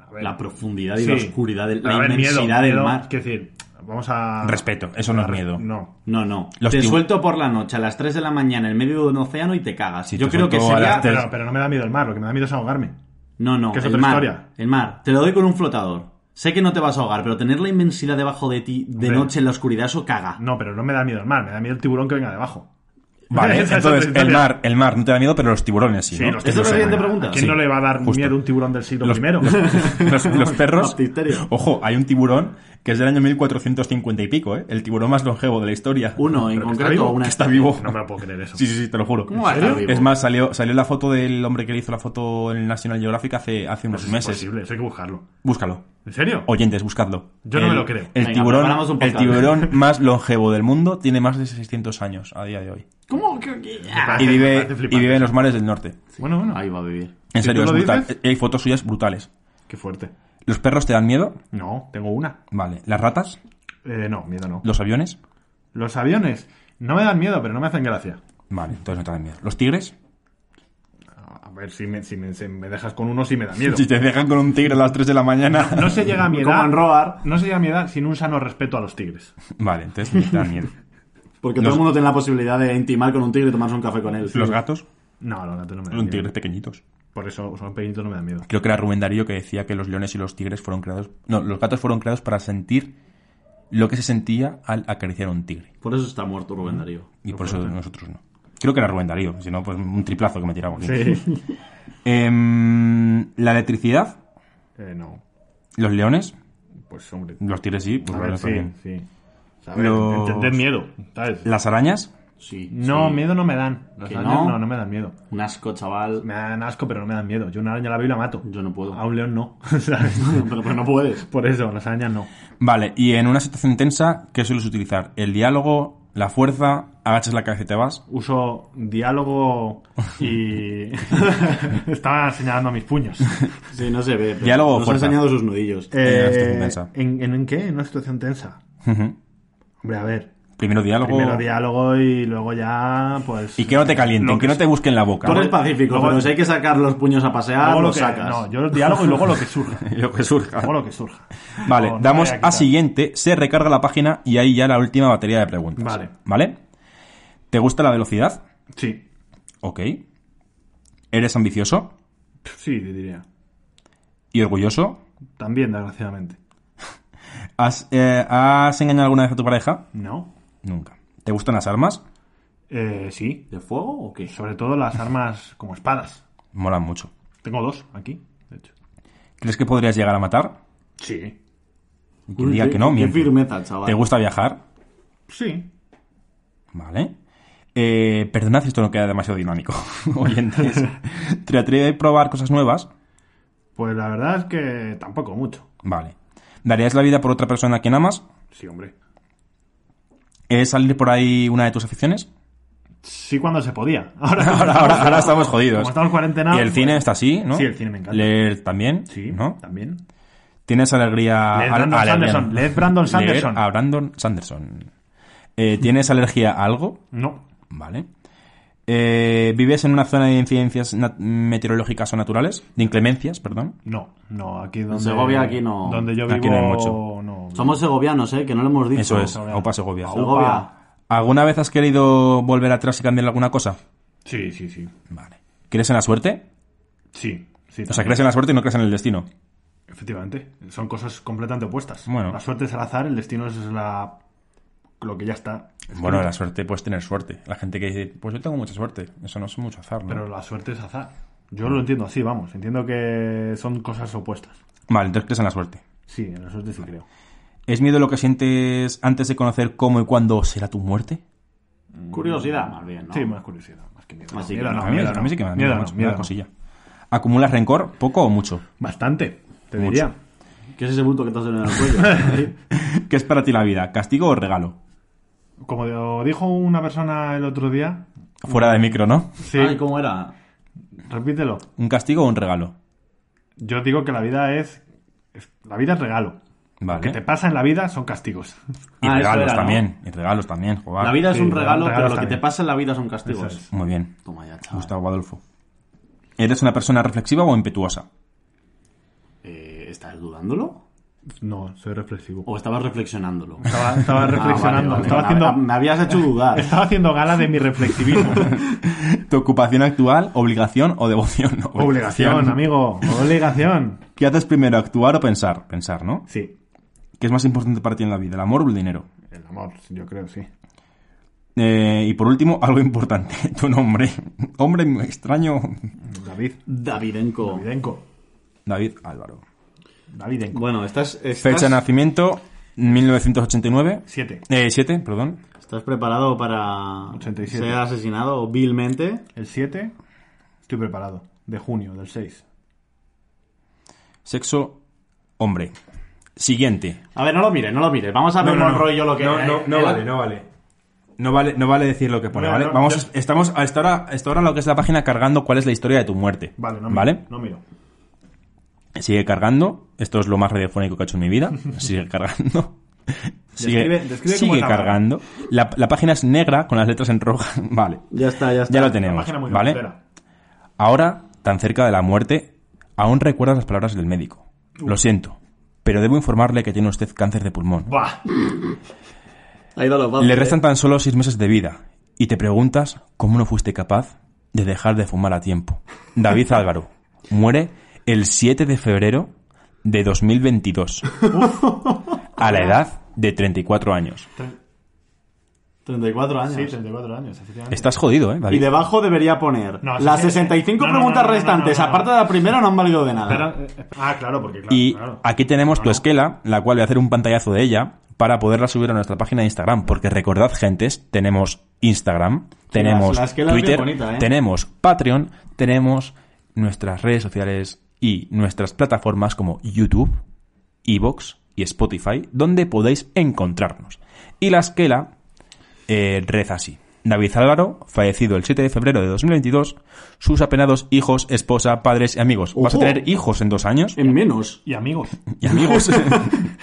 A ver.
La profundidad y
Sí.
la oscuridad, del-
Pero, a
la
ver,
inmensidad
miedo,
del
miedo,
mar.
Quiero decir, vamos a.
Respeto, eso no es miedo.
No.
No, no.
Los
te
tibu-
suelto por la noche a las 3 de la mañana en medio de un océano y te cagas.
Sí,
Yo
te
creo que
suelto a
sería...
las tres.
Pero, pero no me da miedo el mar, lo que me da miedo es ahogarme.
No, no,
que es
el
otra
mar.
historia.
El mar. Te lo doy con un flotador. Sé que no te vas a ahogar, pero tener la inmensidad debajo de ti de
Hombre.
noche en la oscuridad, eso caga.
No, pero no me da miedo el mar, me da miedo el tiburón que venga debajo.
Vale,
Esa es otra
entonces el
historia.
mar, el mar no te da miedo, pero los tiburones sí, ¿no?
¿Esa
los
es la
tiburones.
siguiente pregunta?
¿A quién
Sí.
no le va a dar
Justo.
miedo un tiburón del siglo
Los-
primero?
*laughs* Los, los
*laughs*
perros.
Baptisterio.
Ojo, hay un tiburón que es del año 1450 y pico, ¿eh? El tiburón más longevo de la historia.
Uno en
Pero que está
concreto,
vivo,
una
que está vivo.
No me lo puedo creer eso.
Sí, sí, sí, te lo juro.
¿Cómo va a estar vivo?
Es más, salió, salió la foto del hombre que le hizo la foto en National Geographic hace, hace unos
Eso es
meses.
imposible, eso hay que buscarlo.
Búscalo.
¿En serio?
Oyentes, buscadlo.
Yo no
El-
me lo creo.
El,
Venga, preparamos
tiburón,
un
el
podcast.
tiburón más longevo del mundo tiene más de 600 años a día de hoy.
¿Cómo? ¿Qué- qué?
Ah,
Y
me
vive,
parece flipante.
y vive en los mares del norte.
Bueno, bueno.
Ahí va a vivir.
En
Si
serio,
tú
es
lo
brutal.
dices.
Hay fotos suyas brutales.
Qué fuerte.
¿Los perros te dan miedo?
No, tengo una.
Vale. ¿Las ratas?
Eh, no, miedo no.
¿Los aviones?
Los aviones no me dan miedo, pero no me hacen gracia.
Vale, entonces no te dan miedo. ¿Los tigres?
A ver, si me, si me, si me dejas con uno, sí me da miedo.
Si te dejan con un tigre a las 3 de la mañana.
No se llega a mi
*laughs*
edad.
Como en Roar.
No se llega a mi edad sin un sano respeto a los tigres.
*laughs* Vale, entonces no te dan miedo.
Porque
Los-
todo el mundo tiene la posibilidad de intimar con un tigre y tomarse un café con él.
¿Los gatos?
No, los gatos no me dan
Son
miedo.
tigres pequeñitos.
Por eso son pequeñitos, no me
*laughs*
dan miedo.
Creo que era Rubén Darío que decía que los leones y los tigres fueron creados. No, los gatos fueron creados para sentir lo que se sentía al acariciar a un tigre.
Por eso está muerto Rubén Darío.
Y por eso nosotros no. Creo que era Rubén Darío, si no, pues un triplazo que me tiramos.
Sí.
Em, la electricidad,
eh, no.
los leones,
Pues hombre.
los tigres sí, pues
A
los
ver,
leones
sí,
también.
sí. O sea, A ver,
Los-
entended miedo, ¿sabes?
Las arañas,
Sí.
No,
sí.
miedo no me dan. Las
¿Que
arañas
no?
no? no, me dan miedo.
Un asco, chaval.
Me dan asco, pero no me dan miedo. Yo una araña la veo y la mato.
Yo no puedo.
A un león no, *laughs* ¿sabes?
pero, pero no puedes.
Por eso, las arañas no.
vale. Y en una situación tensa, ¿qué sueles utilizar? El diálogo, la fuerza, agachas la cabeza y te vas.
Uso
*laughs*
diálogo y... *laughs* Estaba señalando a mis puños.
Sí, no se ve. pero
Diálogo o
Nos ha
fuerza.
enseñado sus nudillos.
*laughs*
Eh,
En una situación tensa.
¿en, en, en qué? En una situación tensa.
Ujú.
Hombre, a ver.
Primero diálogo.
Primero diálogo y luego ya, pues...
Y que no te calienten,
Lo
que no te busquen la boca.
Tú eres pacífico,
Luego-
pero si hay que sacar los puños a pasear,
Luego lo
los
que-
sacas.
No, yo diálogo y luego lo que surja.
*laughs* Lo que surja.
Luego lo que surja.
Vale,
No, no
damos
me voy
a
quitar.
siguiente, se recarga la página y ahí ya la última batería de preguntas.
Vale.
¿Vale? ¿Te gusta la velocidad?
Sí,
Ok. ¿Eres ambicioso?
sí, diría.
¿Y orgulloso?
También, desgraciadamente.
¿Has, eh, ¿Has engañado alguna vez a tu pareja?
No.
Nunca. ¿Te gustan las armas?
Eh, sí.
¿De fuego o qué?
Sobre todo las armas como espadas.
Molan mucho.
Tengo dos aquí, de hecho.
¿Crees que podrías llegar a matar?
Sí.
Y quien
Uy,
diga
qué-
que no,
qué
miente.
firmeza, chaval.
eh.
¿Te gusta viajar?
Sí.
Vale. Eh, perdonad si esto no queda demasiado dinámico. *laughs*
*laughs*
Oyentes. ¿Te atreves a probar cosas nuevas?
Pues la verdad es que tampoco mucho.
Vale. ¿Darías la vida por otra persona a quien amas?
Sí, hombre.
¿Es salir Eh, por ahí una de tus aficiones?
Sí, cuando se podía. *laughs* Ahora,
Ahora, ahora- ahora estamos jodidos.
Como estamos cuarentenados.
Y el cine está así, ¿no?
Sí, el cine me encanta.
Leer también,
Sí,
¿no?
también.
Tienes alegría...
Leed
al-
Brandon
alegría-
Sanderson, leed Brandon Sanderson.
Leer a Brandon Sanderson. Eh, ¿Tienes alergia a algo?
No.
Vale. Eh, ¿Vives en una zona de incidencias nat- meteorológicas o naturales? De inclemencias, perdón.
No, no, aquí donde.
Segovia, aquí no.
Donde yo vivo.
Aquí no hay mucho.
no.
Somos segovianos, ¿eh? Que no lo hemos dicho.
pues,
Eso es, Aupa Segovia.
Segovia.
¿Alguna vez has querido volver atrás y cambiar alguna cosa?
Sí, sí, sí.
Vale. ¿Crees en la suerte?
Sí, sí.
O sea,
también.
crees en la suerte y no crees en el destino.
Efectivamente. Son cosas completamente opuestas.
Bueno.
La suerte es el azar, el destino es la. Lo que ya está.
Bueno,
Mm.
la suerte, puedes tener suerte. La gente que dice, pues yo tengo mucha suerte. Eso no es mucho azar, ¿no?
Pero la suerte es azar. Yo lo entiendo así, vamos. Entiendo que son cosas opuestas.
Vale, entonces crees en la suerte.
Sí, en la suerte sí creo.
¿Es miedo lo que sientes antes de conocer cómo y cuándo será tu muerte?
Curiosidad, más bien, ¿no?
Sí, más curiosidad, más que miedo.
Así
Miedo
que
no,
a, mí,
Ah, miedo
a
no.
mí sí que me da
Miedo
miedo,
no,
macho, me
miedo
da
no.
cosilla. ¿Acumulas rencor, poco o mucho?
Bastante, te
Mucho.
diría.
¿Qué es ese bulto que te has en el
*laughs*
cuello?
¿Qué es para ti la vida? ¿Castigo o regalo?
Como de- dijo una persona el otro día.
Fuera de micro, ¿no?
Sí,
Ay, ¿cómo era?
repítelo.
¿Un castigo o un regalo?
Yo digo que la vida es. es- la vida es regalo. Lo que
Vale.
te pasa en la vida son castigos. *laughs*
Y
Ah, eso
regalos
era, ¿no?
también. Y regalos también. Jugar.
La vida es
sí,
un
pero
regalo,
regalos
pero lo que
también.
te pasa en la vida son castigos.
Eso es.
Muy bien.
Toma ya, chaval.
Gustavo Adolfo. ¿Eres una persona reflexiva o impetuosa? *laughs*
Eh, ¿Estás dudándolo?
No, soy reflexivo.
¿O
*laughs*
estabas reflexionándolo?
Estaba,
*laughs*
estaba
Ah, vale,
reflexionando.
vale,
estaba,
vale.
haciendo,
Ah, Me habías hecho
*laughs*
dudar.
estaba haciendo gala de mi reflexivismo.
¿Tu ocupación actual, obligación o devoción?
*laughs*
*laughs*
Obligación, amigo. Obligación.
¿Qué haces primero, actuar o pensar? Pensar, ¿no?
Sí,
¿Qué es más importante para ti en la vida, el amor o el dinero?
el amor, yo creo, sí.
Eh, y por último, *laughs* algo importante, tu nombre. Hombre extraño, *laughs*
David.
Davidenko.
Davidenko.
David Álvaro.
Davidenko.
Bueno, estás, estás,
Fecha de nacimiento, 1989.
Siete.
Eh, 7, perdón.
estás preparado para
87.
ser asesinado vilmente.
El 7, estoy preparado. De junio, del 6.
Sexo, hombre. Siguiente.
A ver, no lo mires, no lo mires. Vamos a ver Monroy y yo lo que...
No, no, no
eh,
vale, no vale. No vale, no vale decir lo que pone,
No,
¿vale?
no,
Vamos, estamos a esta hora, a esta hora lo que es la página cargando cuál es la historia de tu muerte.
Vale, no miro.
¿Vale?
No miro.
Sigue cargando. Esto es lo más radiofónico que ha hecho en mi
*laughs*
vida. Sigue cargando. Sigue,
Describe- describe cómo
sigue
es la barra.
cargando. La, la página es negra con las letras en roja. *laughs* Vale.
Ya está, ya está.
Ya lo
Una
tenemos.
página muy
¿Vale?
grosera.
Ahora, tan cerca de la muerte, aún recuerdas las palabras del médico. Lo siento, pero debo informarle que tiene usted cáncer de pulmón.
Buah.
Ha ido a lo fácil,
Le
eh.
restan tan solo seis meses de vida y te preguntas cómo no fuiste capaz de dejar de fumar a tiempo. David Álvaro muere el 7 de febrero de 2022 a la edad de 34 años.
34 años.
Sí, 34 años, efectivamente.
Estás jodido, ¿eh,
Y
David?
debajo debería poner
No,
las
sí, sí.
65
No, no,
preguntas
no, no, no,
restantes,
no, no, no.
aparte de la primera, no han valido de nada.
Espera, eh, espera. Ah, claro, porque claro.
Y
claro.
aquí tenemos tu
No, no.
esquela, la cual voy a hacer un pantallazo de ella para poderla subir a nuestra página de Instagram, porque recordad, gentes, tenemos Instagram, tenemos
la esquela es bien
Twitter,
bonita, ¿eh?
tenemos Patreon, tenemos nuestras redes sociales y nuestras plataformas como YouTube, Evox y Spotify, donde podéis encontrarnos. Y la esquela eh, reza así. David Álvaro, fallecido el 7 de febrero de 2022, sus apenados hijos, esposa, padres y amigos. ¿Vas a
Ojo.
tener hijos en dos años?
En menos.
Y amigos.
y amigos. *laughs*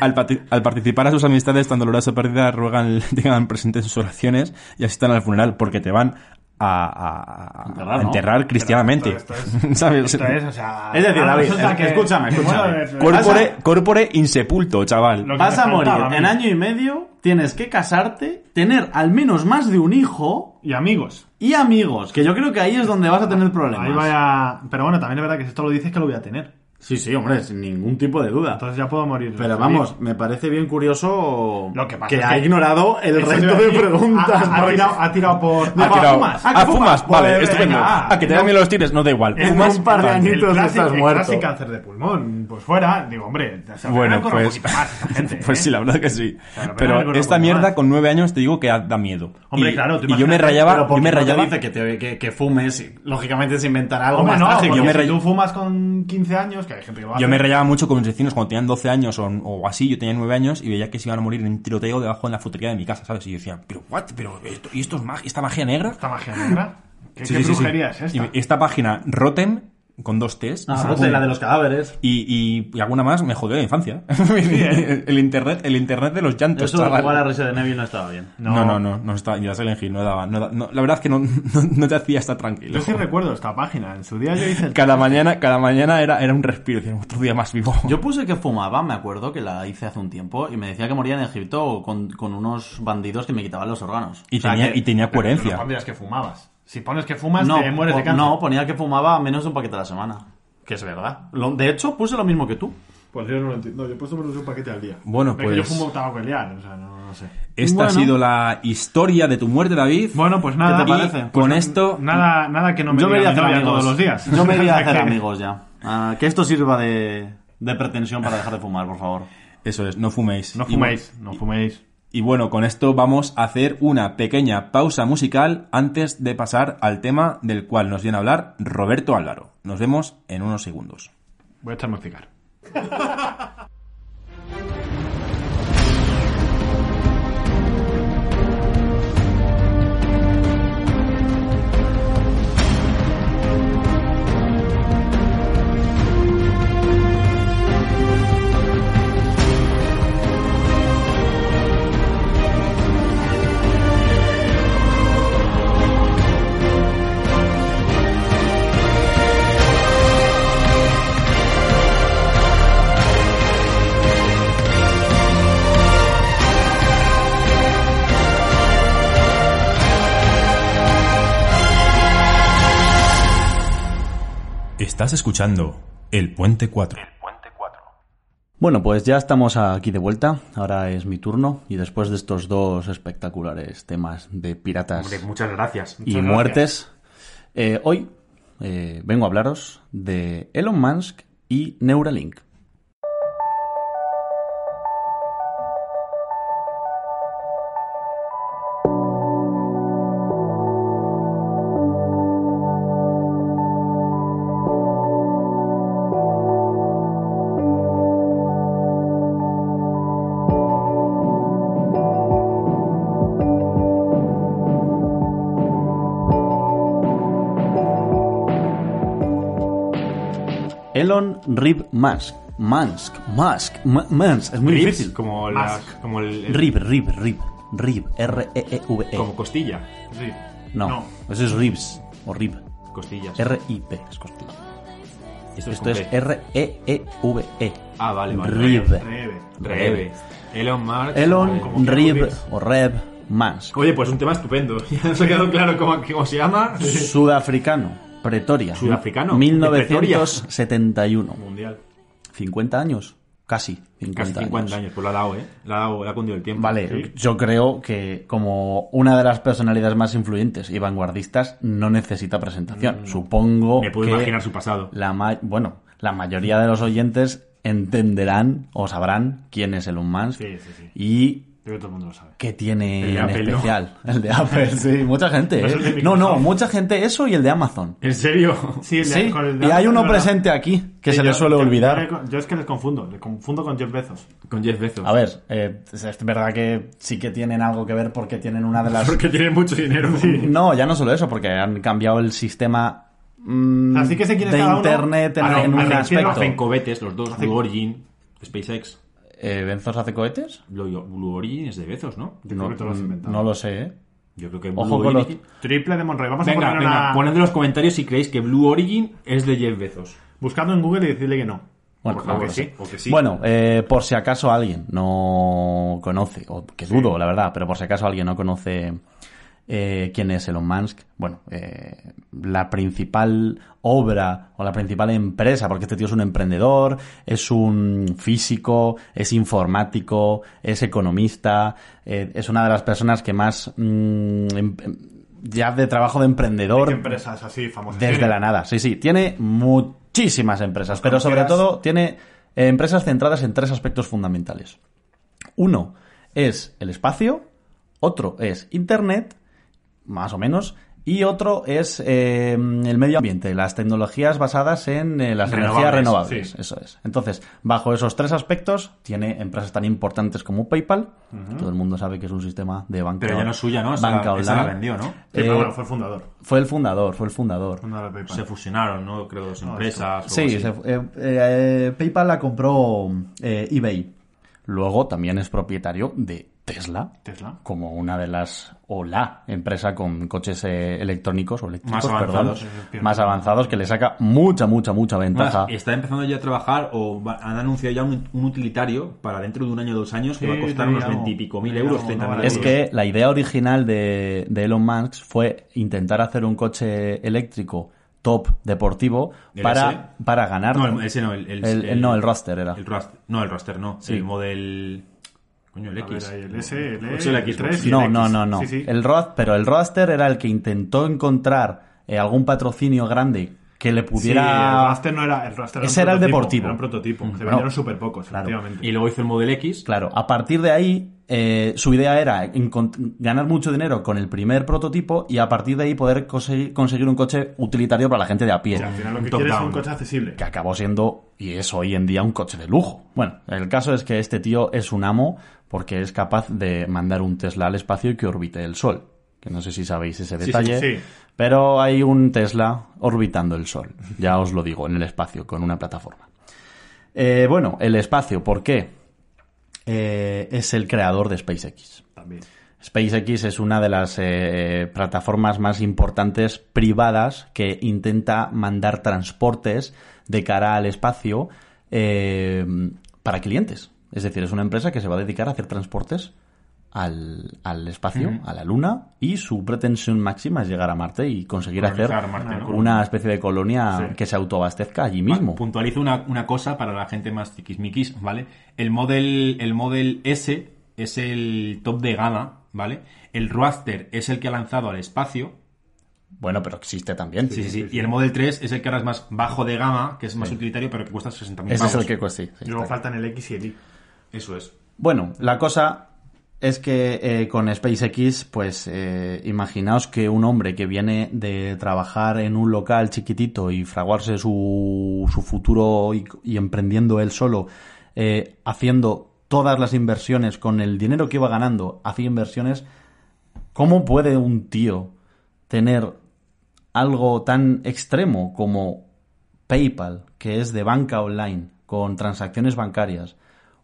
al, pati- al participar a sus amistades tan dolorosa pérdida, ruegan *laughs* tengan presentes sus oraciones y asistan al funeral porque te van a, a- a-
Enterrar,
a
¿no?
enterrar cristianamente.
Esto
*laughs*
es-
¿Sabes?
Esto es, o sea.
Es decir,
ah,
David,
resulta
es que escúchame, escúchame.
Bueno, eh,
Corpore, corpore insepulto, chaval.
Lo que
Vas
me
a morir
faltaba,
en
amigo.
año y medio, tienes que casarte, tener al menos más de un hijo
Y amigos.
y amigos, que yo creo que ahí es donde vas a tener problemas.
Ahí vaya. Pero bueno, también es verdad que si esto lo dices que lo voy a tener.
Sí, sí, hombre, sin ningún tipo de duda.
Entonces ya puedo morir.
Pero vamos, me parece bien curioso
Lo que pasa es
ha
que-
ignorado el
Eso te
resto
iba a
de
decir.
preguntas.
Ha, ha- ha
porque-
tirado, ha tirado por.
Ha
Ah,
tirado-
fumas,
ah,
ah, que
fumas,
fumas.
vale,
Joder,
estupendo.
venga.
A que te dan miedo los tires, no da igual.
ah. Es
Fumas,
un par de
vale.
años.
El
Entonces
clásico,
estás
el
muerto.
clásico cáncer de pulmón. Pues fuera, digo, hombre. o sea,
Bueno,
me corro un
pues,
poquito
*laughs*
más, esta gente,
pues
¿eh?
sí, la verdad que sí.
Claro, pero
Pero
algo no
esta
como
mierda
más.
con nueve años te digo que ha- da miedo.
Hombre,
Y-
claro, tú
Y yo me
imagínate,
rayaba,
Pero
yo
porque
me
no te
rayaba.
dice que, te- que- que fumes, y, lógicamente se inventará algo
Hombre,
más
no,
trágico.
porque
me
si
rey-
tú fumas con 15 años, que que hay gente que lo hace.
Yo me rayaba mucho con mis vecinos cuando tenían 12 años o, o así, yo tenía 9 años y veía que se iban a morir en un tiroteo debajo en la frutería de mi casa, ¿sabes? Y yo decía, ¿pero what? ¿Pero esto, ¿Y esto es magia? ¿Esta magia negra?
Esta magia negra. ¿Qué,
Sí, sí,
qué
sí, sí.
brujería es
Y
esta?
me- esta página, Rotten, con dos T's,
Ah, no sé, la de los cadáveres.
y, y, y alguna más me jodió la infancia. *laughs*
¿eh?
el, el internet, el internet de los
Pues
llantos,
Eso
chaval.
igual a Resident Evil no estaba bien.
No, no, no, no estaba, ya Silent Hill no daba, no da- no, la verdad es que no, *laughs* no, no te hacía estar tranquilo.
Yo sí recuerdo esta página. En su día yo hice el
Cada mañana, cada mañana era, era un respiro, decía, otro día más vivo.
Yo puse que fumaba, me acuerdo que la hice hace un tiempo, y me decía que moría en Egipto con, con unos bandidos que me quitaban los órganos.
y,
O
*laughs*
sea,
tenía,
que-
y tenía
Pero tú No
coherencia.
pondrías que fumabas. Si pones que fumas,
no,
te mueres de
po-
cáncer.
no, ponía que fumaba menos de un paquete a la semana. Que es verdad. Lo- de hecho, puse lo mismo que tú.
Pues yo no lo entiendo. Yo he puesto por un paquete al día.
Bueno,
Es que yo
pues-
fumo tabaco el día, o sea, no, no sé.
Esta ha
Bueno.
sido la historia de tu muerte, David.
Bueno, pues
nada.
nada.
y
¿Qué te parece?
con
Pues
esto,
Nada, nada que no me
Yo me iría a
diga mi
hacer
novia
amigos.
todos los días.
Yo me iría a
O sea *laughs*
hacer
que-
amigos ya. Ah, que esto sirva de, de pretensión para dejar de fumar, por favor.
eso es, no fuméis.
No
Y-
fuméis, no fuméis.
Y bueno, con esto vamos a hacer una pequeña pausa musical antes de pasar al tema del cual nos viene a hablar Roberto Álvaro. Nos vemos en unos segundos.
Voy a echarme un cigarro.
Estás escuchando El Puente 4.
Bueno, pues ya estamos aquí de vuelta. Ahora es mi turno. Y después de estos dos espectaculares temas de piratas
Muchas gracias.
y muertes, eh, hoy eh, vengo a hablaros de Elon Musk y Neuralink. Elon Rib Musk. Musk, Musk, Ma- Musk. Es muy
Ribs,
difícil.
como, las- como el, el-
Rib, Rib, Rib. Rib, E R-E-E-V-E.
como costilla.
Sí.
No, Er eso es Ribs o Rib.
Costillas.
R-I-P, es costilla.
Esto
Esto,
es con
es E
B.
R-E-E-V-E.
Ah, vale, vale.
Rib.
Breve.
Rebe. Elon Musk. como-
Elon
como-
Rib o Reb Musk.
Oye, pues un tema estupendo. *laughs* Ya nos ha quedado claro cómo, cómo se llama.
Sudafricano, Pretoria.
Sudafricano,
1971.
Mundial.
50 años, casi 50,
Casi 50 años, pues lo ha dado, ¿eh? Lo ha dado, lo ha cundido el tiempo.
Vale,
Sí.
yo creo que como una de las personalidades más influyentes y vanguardistas no necesita presentación.
Mm.
Supongo
Me puedo
que
imaginar su pasado.
la ma- bueno, la mayoría de los oyentes entenderán o sabrán quién es Elon Musk
Sí, sí, sí.
y
Creo que todo el mundo lo sabe.
¿Qué tiene
El de
en
Apple, ¿no?
especial? El de
*laughs*
Apple, sí, mucha gente.
No
¿eh?
es el de
No,
Microsoft.
no, mucha gente eso y el de Amazon.
¿En serio? *laughs*
Sí, el de-
Sí,
con el de-
y hay uno
es verdad.
presente aquí que
Sí,
se le
yo-
suele
yo-
olvidar.
Yo, es que les confundo, les confundo con Jeff Bezos.
Con Jeff Bezos.
A ver, eh, es verdad que sí que tienen algo que ver porque tienen una de
*laughs*
las...
Porque tiene mucho dinero.
No, ya no solo eso, porque han cambiado el sistema mm,
Así que sé quién es
de
cada uno.
internet en,
Ah, no,
en un
me refiero a
aspecto.
Hacen cohetes los dos, Blue Origin, SpaceX.
Eh, ¿Benzos hace cohetes?
Blue Blue Origin es de Bezos, ¿no? mm.
Yo creo que te lo has inventado.
no lo sé, ¿eh?
Yo creo que
Ojo
Blue
con
Origin...
Triple de Monroy. Vamos a
Venga,
poner
venga,
una...
poned en los comentarios si creéis que Blue Origin es de Jeff Bezos.
Buscando en Google y decirle que no.
Bueno,
O
no lo
que
sé.
sí.
O que sí.
Bueno, eh, por si acaso alguien no conoce, o que dudo, la verdad, pero por si acaso alguien no conoce eh, quién es Elon Musk, bueno, eh, la principal obra o la principal empresa, porque este tío es un emprendedor, es un físico, es informático, es economista, eh, es una de las personas que más... mm, em- em- ya de trabajo de
¿Qué
emprendedor
empresas así famosas?
desde
tiene?
la nada, sí, sí. Tiene muchísimas empresas, pero sobre
conocidas.
todo tiene eh, empresas centradas en tres aspectos fundamentales. Uno es el espacio, otro es Internet, más o menos, Y otro es eh, el medio ambiente, las tecnologías basadas en eh, las energías
Renovables,
renovables.
sí.
Eso es. Entonces, bajo esos tres aspectos, tiene empresas tan importantes como PayPal. que Todo el mundo sabe que es un sistema de banca.
Pero ya no es suya, ¿no? Esa- esa
Banca online.
la vendió, ¿no? Sí,
Sí,
Eh,
pero bueno, fue el fundador.
Fue el fundador, fue el fundador.
fundador de PayPal.
Se fusionaron, ¿no? Creo dos empresas. o
Sí,
algo
se
así.
fu- eh, eh, PayPal la compró eh, eBay. Luego también es propietario de Tesla,
Tesla.
como una de las o la empresa con coches eh, electrónicos o eléctricos,
Más avanzados,
perdón,
es el
más avanzados que le saca mucha, mucha, mucha
Además,
ventaja.
está empezando ya a trabajar o va- han anunciado ya un, un utilitario para dentro de un año o dos años que
Sí,
va a costar
le
unos
llamo,
veintipico mil
le
euros,
llamo,
treinta
no,
mil
vale.
Es
euros.
que la idea original de, de Elon Musk fue intentar hacer un coche eléctrico top deportivo
¿El
para, para ganar.
No, el- ese no, el, el,
El- el- no, el roster era.
el roster- no, el roster no. El model. Coño, el
A ver,
X.
ahí el S, el E,
Es el
el
Xbox.
tres y
No,
el
no,
X.
no, no.
Sí, sí.
El Roth, pero el roster era el que intentó encontrar eh, algún patrocinio grande que le
Sí, el
pudiera.
raster no era el raster.
Ese era el deportivo. Mm,
prototipo, Era un prototipo. Se
Bueno,
vendieron súper pocos,
claro.
efectivamente.
Y luego hizo el model X.
claro, a partir de ahí, eh, su idea era encont- ganar mucho dinero con el primer prototipo y a partir de ahí poder conseguir, conseguir un coche utilitario para la gente de a pie.
al final lo
un
que
top
quieres es
down.
un coche accesible.
que acabó siendo, y es hoy en día, un coche de lujo. Bueno, el caso es que este tío es un amo porque es capaz de mandar un Tesla al espacio y que orbite el Sol. Que no sé si sabéis ese detalle.
sí, sí.
Pero hay un Tesla orbitando el Sol, ya os lo digo, en el espacio, con una plataforma. Eh, bueno, el espacio, ¿por qué? Eh, es el creador de SpaceX.
También.
SpaceX es una de las eh, plataformas más importantes privadas que intenta mandar transportes de cara al espacio eh, para clientes. Es decir, es una empresa que se va a dedicar a hacer transportes al, al espacio, a la Luna, y su pretensión máxima es llegar a Marte y conseguir hacer
Colonizar Marte, ¿no?
una especie de colonia que se autoabastezca allí mismo.
Ah, Puntualizo una, una cosa para la gente más tiquismiquis, ¿vale? El model, el model S es el top de gama, ¿vale? El roster es el que ha lanzado al espacio.
Bueno, pero existe también.
Sí, sí, sí. Y el model 3 es el que ahora es más bajo de gama, que es más utilitario, pero que cuesta 60.000 pavos.
Ese es el que cuesta. sí, sí,
Y luego
está.
faltan el X y el Y.
Eso es.
Bueno, la cosa es que eh, con SpaceX, pues eh, imaginaos que un hombre que viene de trabajar en un local chiquitito y fraguarse su, su futuro y, y emprendiendo él solo, eh, haciendo todas las inversiones con el dinero que iba ganando, hacía inversiones, ¿cómo puede un tío tener algo tan extremo como PayPal, que es de banca online, con transacciones bancarias,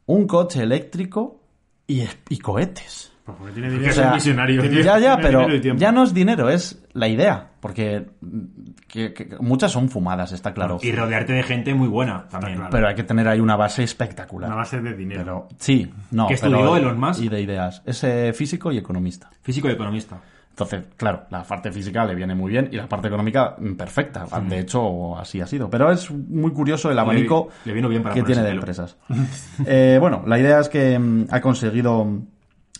un coche eléctrico y, y cohetes.
Pues porque tiene
O
dinero.
sea,
Tiene-
Ya, ya,
tiene
pero
dinero y tiempo.
ya no es dinero, es la idea. Porque mm, que- que- que muchas son fumadas, está claro.
Y rodearte de gente muy buena también.
Pero hay que tener ahí una base espectacular.
Una base de dinero. *laughs*
Pero- sí, no.
¿Qué
pero-
estudió Elon Musk?
Y de ideas. Es eh, físico y economista.
Físico y economista.
Entonces, claro, la parte física le viene muy bien y la parte económica mm, perfecta. De hecho, así ha sido. Pero es muy curioso el abanico
le vino bien para
que tiene de
ponerse
empresas.
*laughs*
Eh, bueno, la idea es que mm, ha conseguido mm,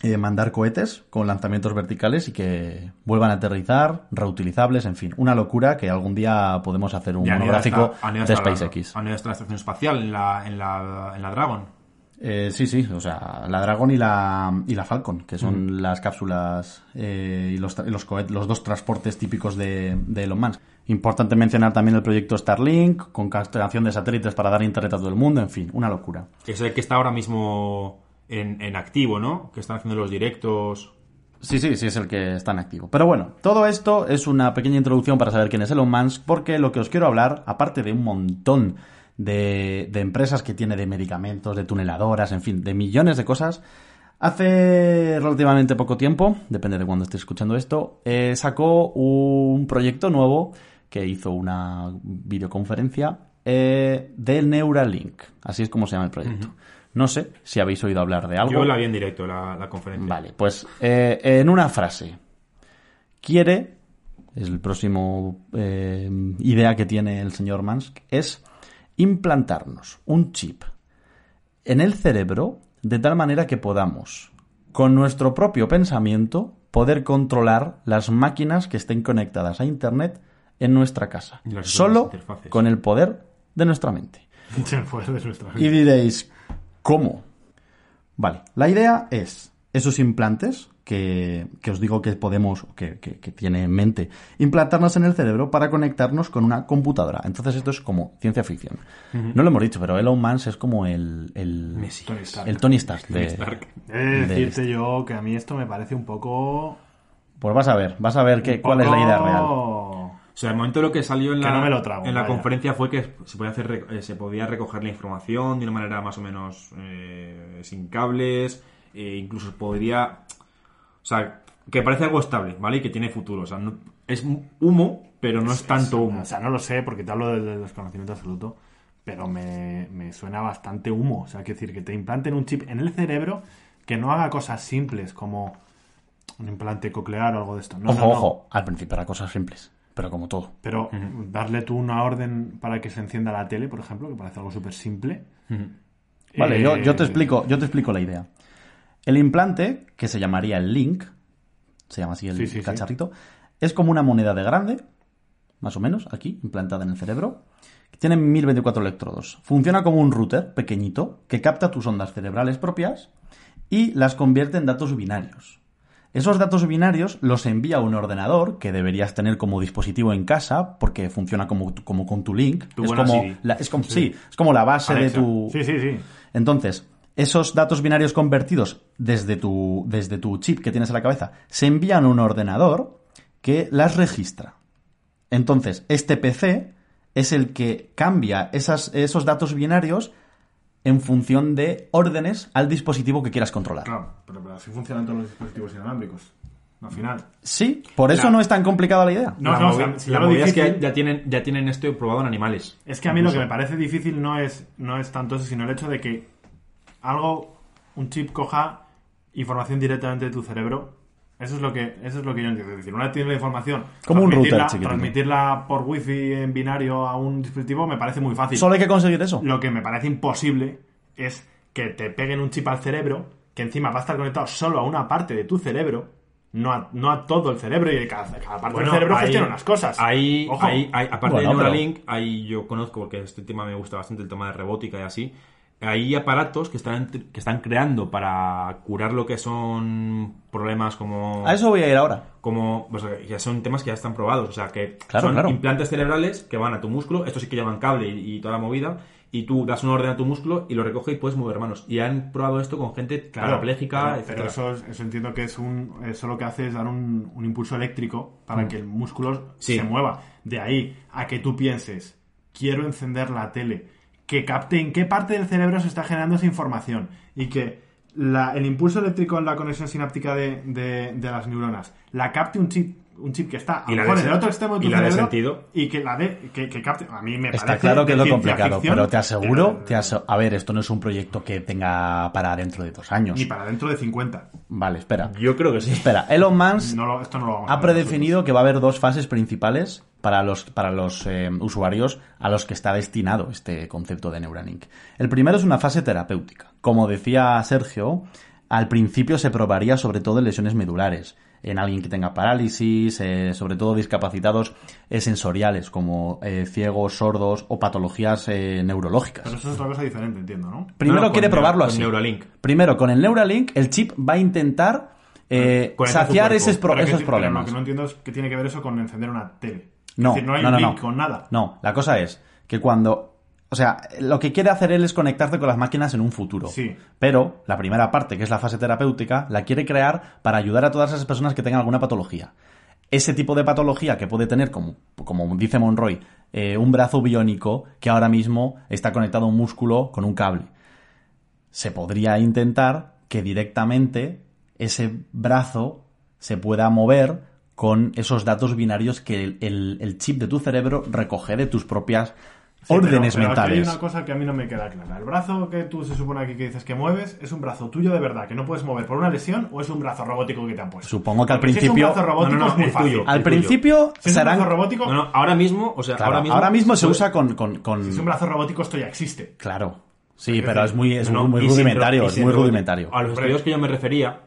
eh, mandar cohetes con lanzamientos verticales y que vuelvan a aterrizar, reutilizables, en fin, una locura que algún día podemos hacer un
Y han ido
monográfico
hasta- han ido
de
hasta la-
SpaceX.
Han ido hasta la estación espacial en la, en la, en la Dragon.
Eh, sí, sí, o sea, la Dragon y la, y la Falcon, que son las cápsulas eh, y los, tra- y los, cohet- los dos transportes típicos de, de Elon Musk. Importante mencionar también el proyecto Starlink, con captación de satélites para dar internet a todo el mundo, en fin, una locura.
Es el que está ahora mismo en, en activo, ¿no? Que están haciendo los directos.
Sí, sí, sí es el que está en activo. Pero bueno, todo esto es una pequeña introducción para saber quién es Elon Musk, porque lo que os quiero hablar, aparte de un montón de, de empresas que tiene de medicamentos, de tuneladoras, en fin, de millones de cosas, hace relativamente poco tiempo, depende de cuándo estéis escuchando esto, eh, sacó un proyecto nuevo que hizo una videoconferencia eh, de Neuralink. Así es como se llama el proyecto. No sé si habéis oído hablar de algo.
Yo la vi en directo, la, la conferencia.
Vale, pues eh, en una frase. Quiere, es el próximo eh, idea que tiene el señor Mansk, es implantarnos un chip en el cerebro de tal manera que podamos, con nuestro propio pensamiento, poder controlar las máquinas que estén conectadas a Internet en nuestra casa.
Y las
Solo
otras interfaces.
con el poder de nuestra mente.
Se fue de nuestra vida.
Y diréis, ¿cómo? Vale, la idea es esos implantes que que, que os digo que podemos, que, que- que tiene en mente, implantarnos en el cerebro para conectarnos con una computadora. Entonces esto es como ciencia ficción. No lo hemos dicho, pero Elon Musk es como el... el
Tony Stark.
el Tony Stark. de-
He de
de
Eh, decirte yo que a mí esto me parece un poco.
Pues vas a ver, vas a ver qué, cuál es la idea real.
poco-
O sea, el momento de lo que salió en
Que
la,
no me lo trago,
en la
vaya.
conferencia fue que se podía, hacer, rec- eh, se podía recoger la información de una manera más o menos eh, sin cables, e incluso podría... O sea, que parece algo estable, ¿vale? Y que tiene futuro. O sea, no- es humo, pero no es tanto humo.
O sea, no lo sé porque te hablo del del desconocimiento absoluto, pero me, me suena bastante humo. O sea, que decir que te implanten un chip en el cerebro que no haga cosas simples como un implante coclear o algo de esto. No,
ojo,
no, no.
ojo, al principio era cosas simples, pero como todo.
Pero darle tú una orden para que se encienda la tele, por ejemplo, que parece algo súper simple.
Vale, yo,
Eh,
yo te explico, yo te explico la idea. El implante, que se llamaría el Link, se llama así el
Sí, sí, sí.
cacharrito, es como una moneda de grande, más o menos, aquí, implantada en el cerebro. que Tiene 1024 electrodos. Funciona como un router pequeñito que capta tus ondas cerebrales propias y las convierte en datos binarios. Esos datos binarios los envía a un ordenador que deberías tener como dispositivo en casa porque funciona como, tu- como con tu link.
Tu
es,
buena
como
Siri.
la, es como, sí, es como la base
Alexa.
de tu...
Sí, sí, sí.
Entonces, esos datos binarios convertidos desde tu, desde tu chip que tienes en la cabeza se envían a un ordenador que las registra. Entonces, este PC es el que cambia esas- esos datos binarios en función de órdenes al dispositivo que quieras controlar.
Claro, pero, pero así funcionan todos los dispositivos inalámbricos. Al final.
Sí, por eso no es tan complicada la idea.
No,
la
no, o
movi-
sea, si
la
ya lo
movida es
difícil-
que ya tienen, ya tienen esto probado en animales.
Es que a mí lo que me parece difícil no es, no es tanto eso, sino el hecho de que algo, un chip coja información directamente de tu cerebro. Eso es lo que, eso es lo que yo entiendo. Es decir, una vez tienes la información,
Como un router
transmitirla-
chiquitito.
transmitirla por wifi en binario a un dispositivo me parece muy fácil.
Solo hay que conseguir eso.
Lo que me parece imposible es que te peguen un chip al cerebro, que encima va a estar conectado solo a una parte de tu cerebro, no a, no a todo el cerebro, y que cada, cada parte del cerebro
ahí-
gestiona unas cosas.
Ahí,
Ojo.
ahí, ahí- aparte
Bueno,
de
pero-
Neuralink, ahí yo conozco, porque este tema me gusta bastante, el tema de rebótica y así. Hay aparatos que están, que están creando para curar lo que son problemas como.
A eso voy a ir ahora.
Como. o sea, ya son temas que ya están probados. O sea, que
Claro,
son
claro.
implantes cerebrales que van a tu músculo. Esto sí que llevan cable y, y toda la movida. Y tú das una orden a tu músculo y lo recoge y puedes mover manos. Y han probado esto con gente parapléjica,
pero- pero,
etcétera.
eso, es- eso entiendo que es un eso lo que hace es dar un, un impulso eléctrico
Mm.
para que el músculo
Sí.
se mueva de ahí a que tú pienses quiero encender la tele que capte en qué parte del cerebro se está generando esa información y que la- el impulso eléctrico en la conexión sináptica de, de- de las neuronas la capte un chip un chip que está
Y
a lo
la
mejor
de
en el
sen-
otro extremo de
y
tu
la de
cerebro
sentido.
y que la de que, que capte a mí me
Está
parece
claro que
de
es lo
ciencia
complicado,
ficción,
pero te aseguro,
pero
te ase- a ver, esto no es un proyecto que tenga para dentro de dos años.
ni para dentro de 50
Vale, espera.
Yo creo que sí.
Espera, Elon Musk
no lo- esto no lo vamos a
ha
ver
predefinido que va a haber dos fases principales para los, para los eh, usuarios a los que está destinado este concepto de Neuralink. El primero es una fase terapéutica. Como decía Sergio, al principio se probaría sobre todo en lesiones medulares, en alguien que tenga parálisis, eh, sobre todo discapacitados eh, sensoriales como eh, ciegos, sordos o patologías eh, neurológicas.
Pero eso es otra cosa diferente, entiendo, ¿no?
Primero
No, no,
quiere
con Neu-
probarlo
con
así.
Neuralink.
Primero, con el Neuralink, el chip va a intentar eh,
Conecta tu
saciar
cuerpo.
esos, pro-
Pero este que-
esos
pero
problemas.
lo que no entiendo es que tiene que ver eso con encender una tele.
No,
es decir, no hay
no, no,
un link
no.
con nada.
No, la cosa es que cuando. O sea, lo que quiere hacer él es conectarte con las máquinas en un futuro.
Sí.
Pero la primera parte, que es la fase terapéutica, la quiere crear para ayudar a todas esas personas que tengan alguna patología. Ese tipo de patología que puede tener, como, como dice Monroy, eh, un brazo biónico que ahora mismo está conectado a un músculo con un cable. Se podría intentar que directamente ese brazo se pueda mover con esos datos binarios que el, el- el chip de tu cerebro recoge de tus propias
Sí, pero-
órdenes
pero aquí
mentales.
hay una cosa que a mí no me queda clara. El brazo que tú se supone aquí que dices que mueves es un brazo tuyo de verdad, que no puedes mover por una lesión o es un brazo robótico que te han puesto.
Supongo que al
Porque si
principio-
es un brazo robótico
No, no, no,
es muy
es
fácil.
tuyo.
Al
tuyo.
principio
Si es un
serán-
brazo robótico,
No, no, ahora mismo, o sea,
Claro,
ahora mismo, pues,
se usa con... con- con-
si es un brazo robótico esto ya existe.
Claro. Sí, pero es muy, es
No,
muy
y sin
rudimentario,
ro- y
es
sin
muy
ro-
rudimentario.
A los
Hombre.
estudios que yo me refería,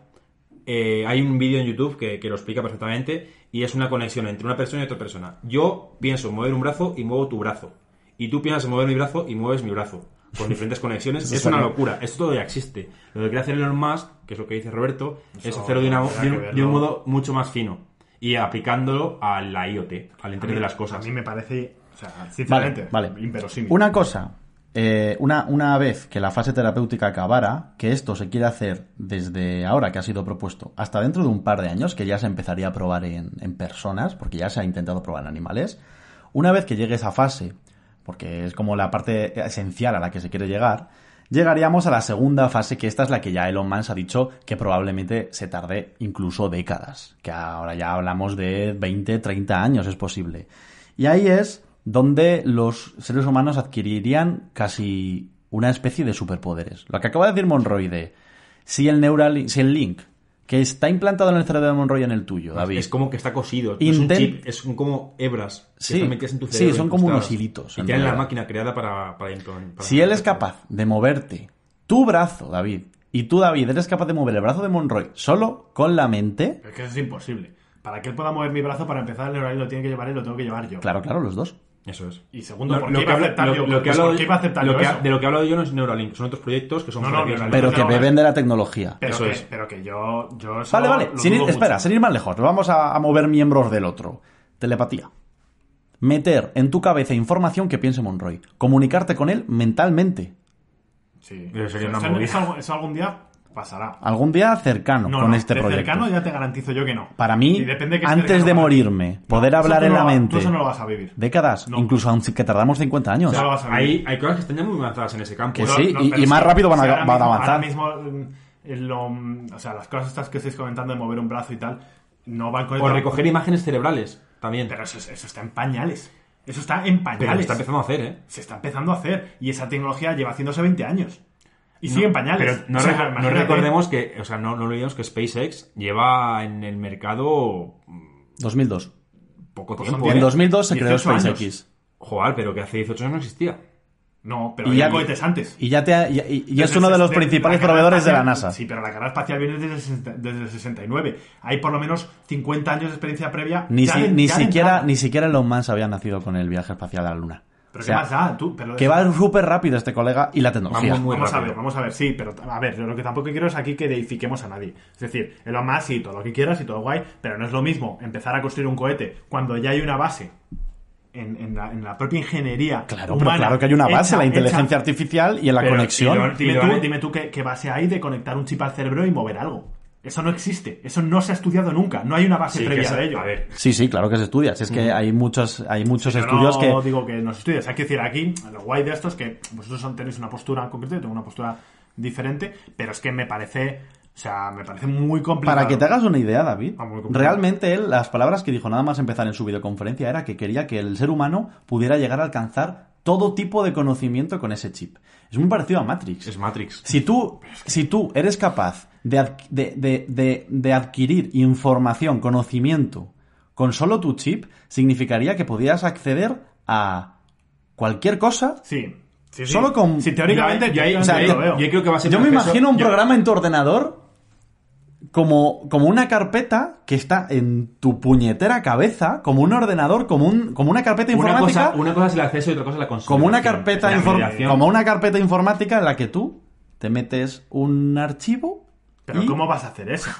eh, hay un vídeo en YouTube que, que lo explica perfectamente y es una conexión entre una persona y otra persona. Yo pienso en mover un brazo y muevo tu brazo. Y tú piensas en mover mi brazo y mueves mi brazo. con diferentes
*laughs*
conexiones.
Eso
es una
estaría-
locura. Esto ya existe. Lo que quiere hacer Elon Musk, que es lo que dice Roberto, es hacerlo de, una-
habrá
de
que
un- de
verlo.
un modo mucho más fino y aplicándolo a la IoT, al Internet de las
A
cosas.
mí me parece, o sea,
Vale,
sinceramente,
vale.
inverosímil.
Una cosa, eh, una, una vez que la fase terapéutica acabara, que esto se quiere hacer desde ahora que ha sido propuesto hasta dentro de un par de años, que ya se empezaría a probar en, en personas, porque ya se ha intentado probar en animales, una vez que llegue esa fase, porque es como la parte esencial a la que se quiere llegar, llegaríamos a la segunda fase, que esta es la que ya Elon Musk ha dicho que probablemente se tarde incluso décadas, que ahora ya hablamos de 20, 30 años es posible. Y ahí es donde los seres humanos adquirirían casi una especie de superpoderes. Lo que acaba de decir Monroy de si el Neuralink, si el link que está implantado en el cerebro de Monroy en el tuyo, David.
Es como que está cosido. no
Intent-
es un chip, es un- como hebras que
Sí.
están metidas en tu
Sí,
cerebro.
son como
incrustadas.
unos hilitos,
Y
en
tienen la
realidad.
máquina creada para, para implementar.
Si él es capaz de moverte tu brazo, David, y tú, David, eres capaz de mover el brazo de Monroy solo con la mente,
Es que eso es imposible. Para que él pueda mover mi brazo, para empezar el horario lo tiene que llevar él, lo tengo que llevar yo.
claro, claro, los dos.
Eso es.
Y segundo,
Lo-
¿por
lo
qué
que
iba a
hablo-
aceptar
lo-
yo?
lo que
Pues,
hablo
¿por qué
yo-
iba a aceptar
lo
yo
que ha-
eso?
De lo que he hablado yo no es Neuralink, son otros proyectos que son
No, no,
parecidos a
Neuralink.
Pero
los
que
no, eh.
de-
beben de la tecnología.
Pero,
Eso
que,
es.
pero que yo. yo eso
Vale, vale.
lo
sin ir-
dudo
espera,
mucho.
sin ir más lejos. Vamos a, a mover miembros del otro. Telepatía. Meter en tu cabeza información que piense Monroy. Comunicarte con él mentalmente.
Sí.
Pero sería una
Eso-
movida.
eso algún- eso algún día pasará.
Algún día cercano
No,
con
no,
este
de
proyecto.
cercano ya te garantizo yo que no.
Para mí,
Y depende que
antes
cercano
de
para-
morirme, poder
eso
hablar
tú
en
no
la
lo- tú
mente.
eso no lo vas a vivir.
Décadas,
No.
incluso aunque que tardamos 50 años.
Ya lo vas a ver.
Hay, hay cosas que están ya muy avanzadas en ese campo.
Que
No,
sí,
no,
y-
pero
y
es
más
que-
rápido van a-
o sea, ahora
van a
mismo-
avanzar.
Ahora mismo, mm, en lo- mm, o sea, las cosas estas que estáis comentando de mover un brazo y tal, no van con
O recoger imágenes cerebrales también.
Pero eso, eso está en pañales. Eso está en
Pero
pañales.
lo está empezando a hacer, ¿eh?
Se está empezando a hacer. Y esa tecnología lleva haciéndose 20 años. Y sigue en pañales.
Pero no,
O sea,
reco- no
imagínate.
recordemos que, o sea, no, no olvidemos que SpaceX lleva en el mercado
2002.
poco
Pues son
tiempo.
diez-
En
¿eh?
2002 se creó
18
SpaceX.
años.
Joder, pero que hace 18 años no existía.
No, pero
Y
había
ya-
cohetes antes.
Y ya te ha- y, y- y es
Desde
uno
el
de los
ses-
principales
carrera
proveedores de la
espacial-
NASA.
Sí, pero la carrera espacial viene desde, el 60 desde el 69. Hay por lo menos 50 años de experiencia previa.
Ni,
ya
si-
de-
ni
ya de
siquiera,
entrada.
ni siquiera Elon Musk había nacido con el viaje espacial a la Luna.
Pero
O
qué
sea,
más da, tú. Pero
que va súper rápido este colega y la tecnología.
Vamos muy
vamos a
rápido.
ver, vamos a ver, sí, pero a ver, yo lo que tampoco quiero es aquí que deifiquemos a nadie. Es decir, en lo más sí, todo lo que quieras y todo guay, pero no es lo mismo empezar a construir un cohete cuando ya hay una base en, en la, en la propia ingeniería.
Claro, pero
humana,
claro que hay una base,
hecha-
la inteligencia
hecha.
artificial y en la
Pero-
conexión.
y lo-
Dime
han-
tú, dime tú qué, qué base hay de conectar un chip al cerebro y mover algo. Eso no existe, eso no se ha estudiado nunca, no hay una base
Sí, que
previa
se-
de ello.
A ver,
Sí, sí, claro que se estudia. Si es que hay muchos, hay muchos
Yo
estudios
no
que.
digo que nos estudies. Hay que decir aquí, lo guay de esto es que vosotros son- tenéis una postura en concreto, yo tengo una postura diferente, pero es que me parece, o sea, me parece muy complicado.
Para que te hagas una idea, David,
Ah, muy complicado.
realmente él, las palabras que dijo nada más empezar en su videoconferencia era que quería que el ser humano pudiera llegar a alcanzar todo tipo de conocimiento con ese chip. Es muy parecido a Matrix.
es Matrix.
Si tú, si tú eres capaz de, adqu- de- de- de- de adquirir información, conocimiento, con solo tu chip, significaría que podías acceder a cualquier cosa.
Sí, sí, sí.
Solo con-
Sí, teóricamente,
Yo ahí- yo ahí-
teóricamente
o sea,
lo
yo-
veo.
yo creo que va a ser
Yo me
proceso-
imagino un
yo-
programa en tu ordenador como, como una carpeta que está en tu puñetera cabeza, como un ordenador, como, un, como una carpeta
Una
informática.
cosa, una cosa es el acceso y otra cosa es la consulta.
Como una carpeta inform-
información.
como una carpeta informática en la que tú te metes un archivo.
Pero
y-
¿cómo vas a hacer eso?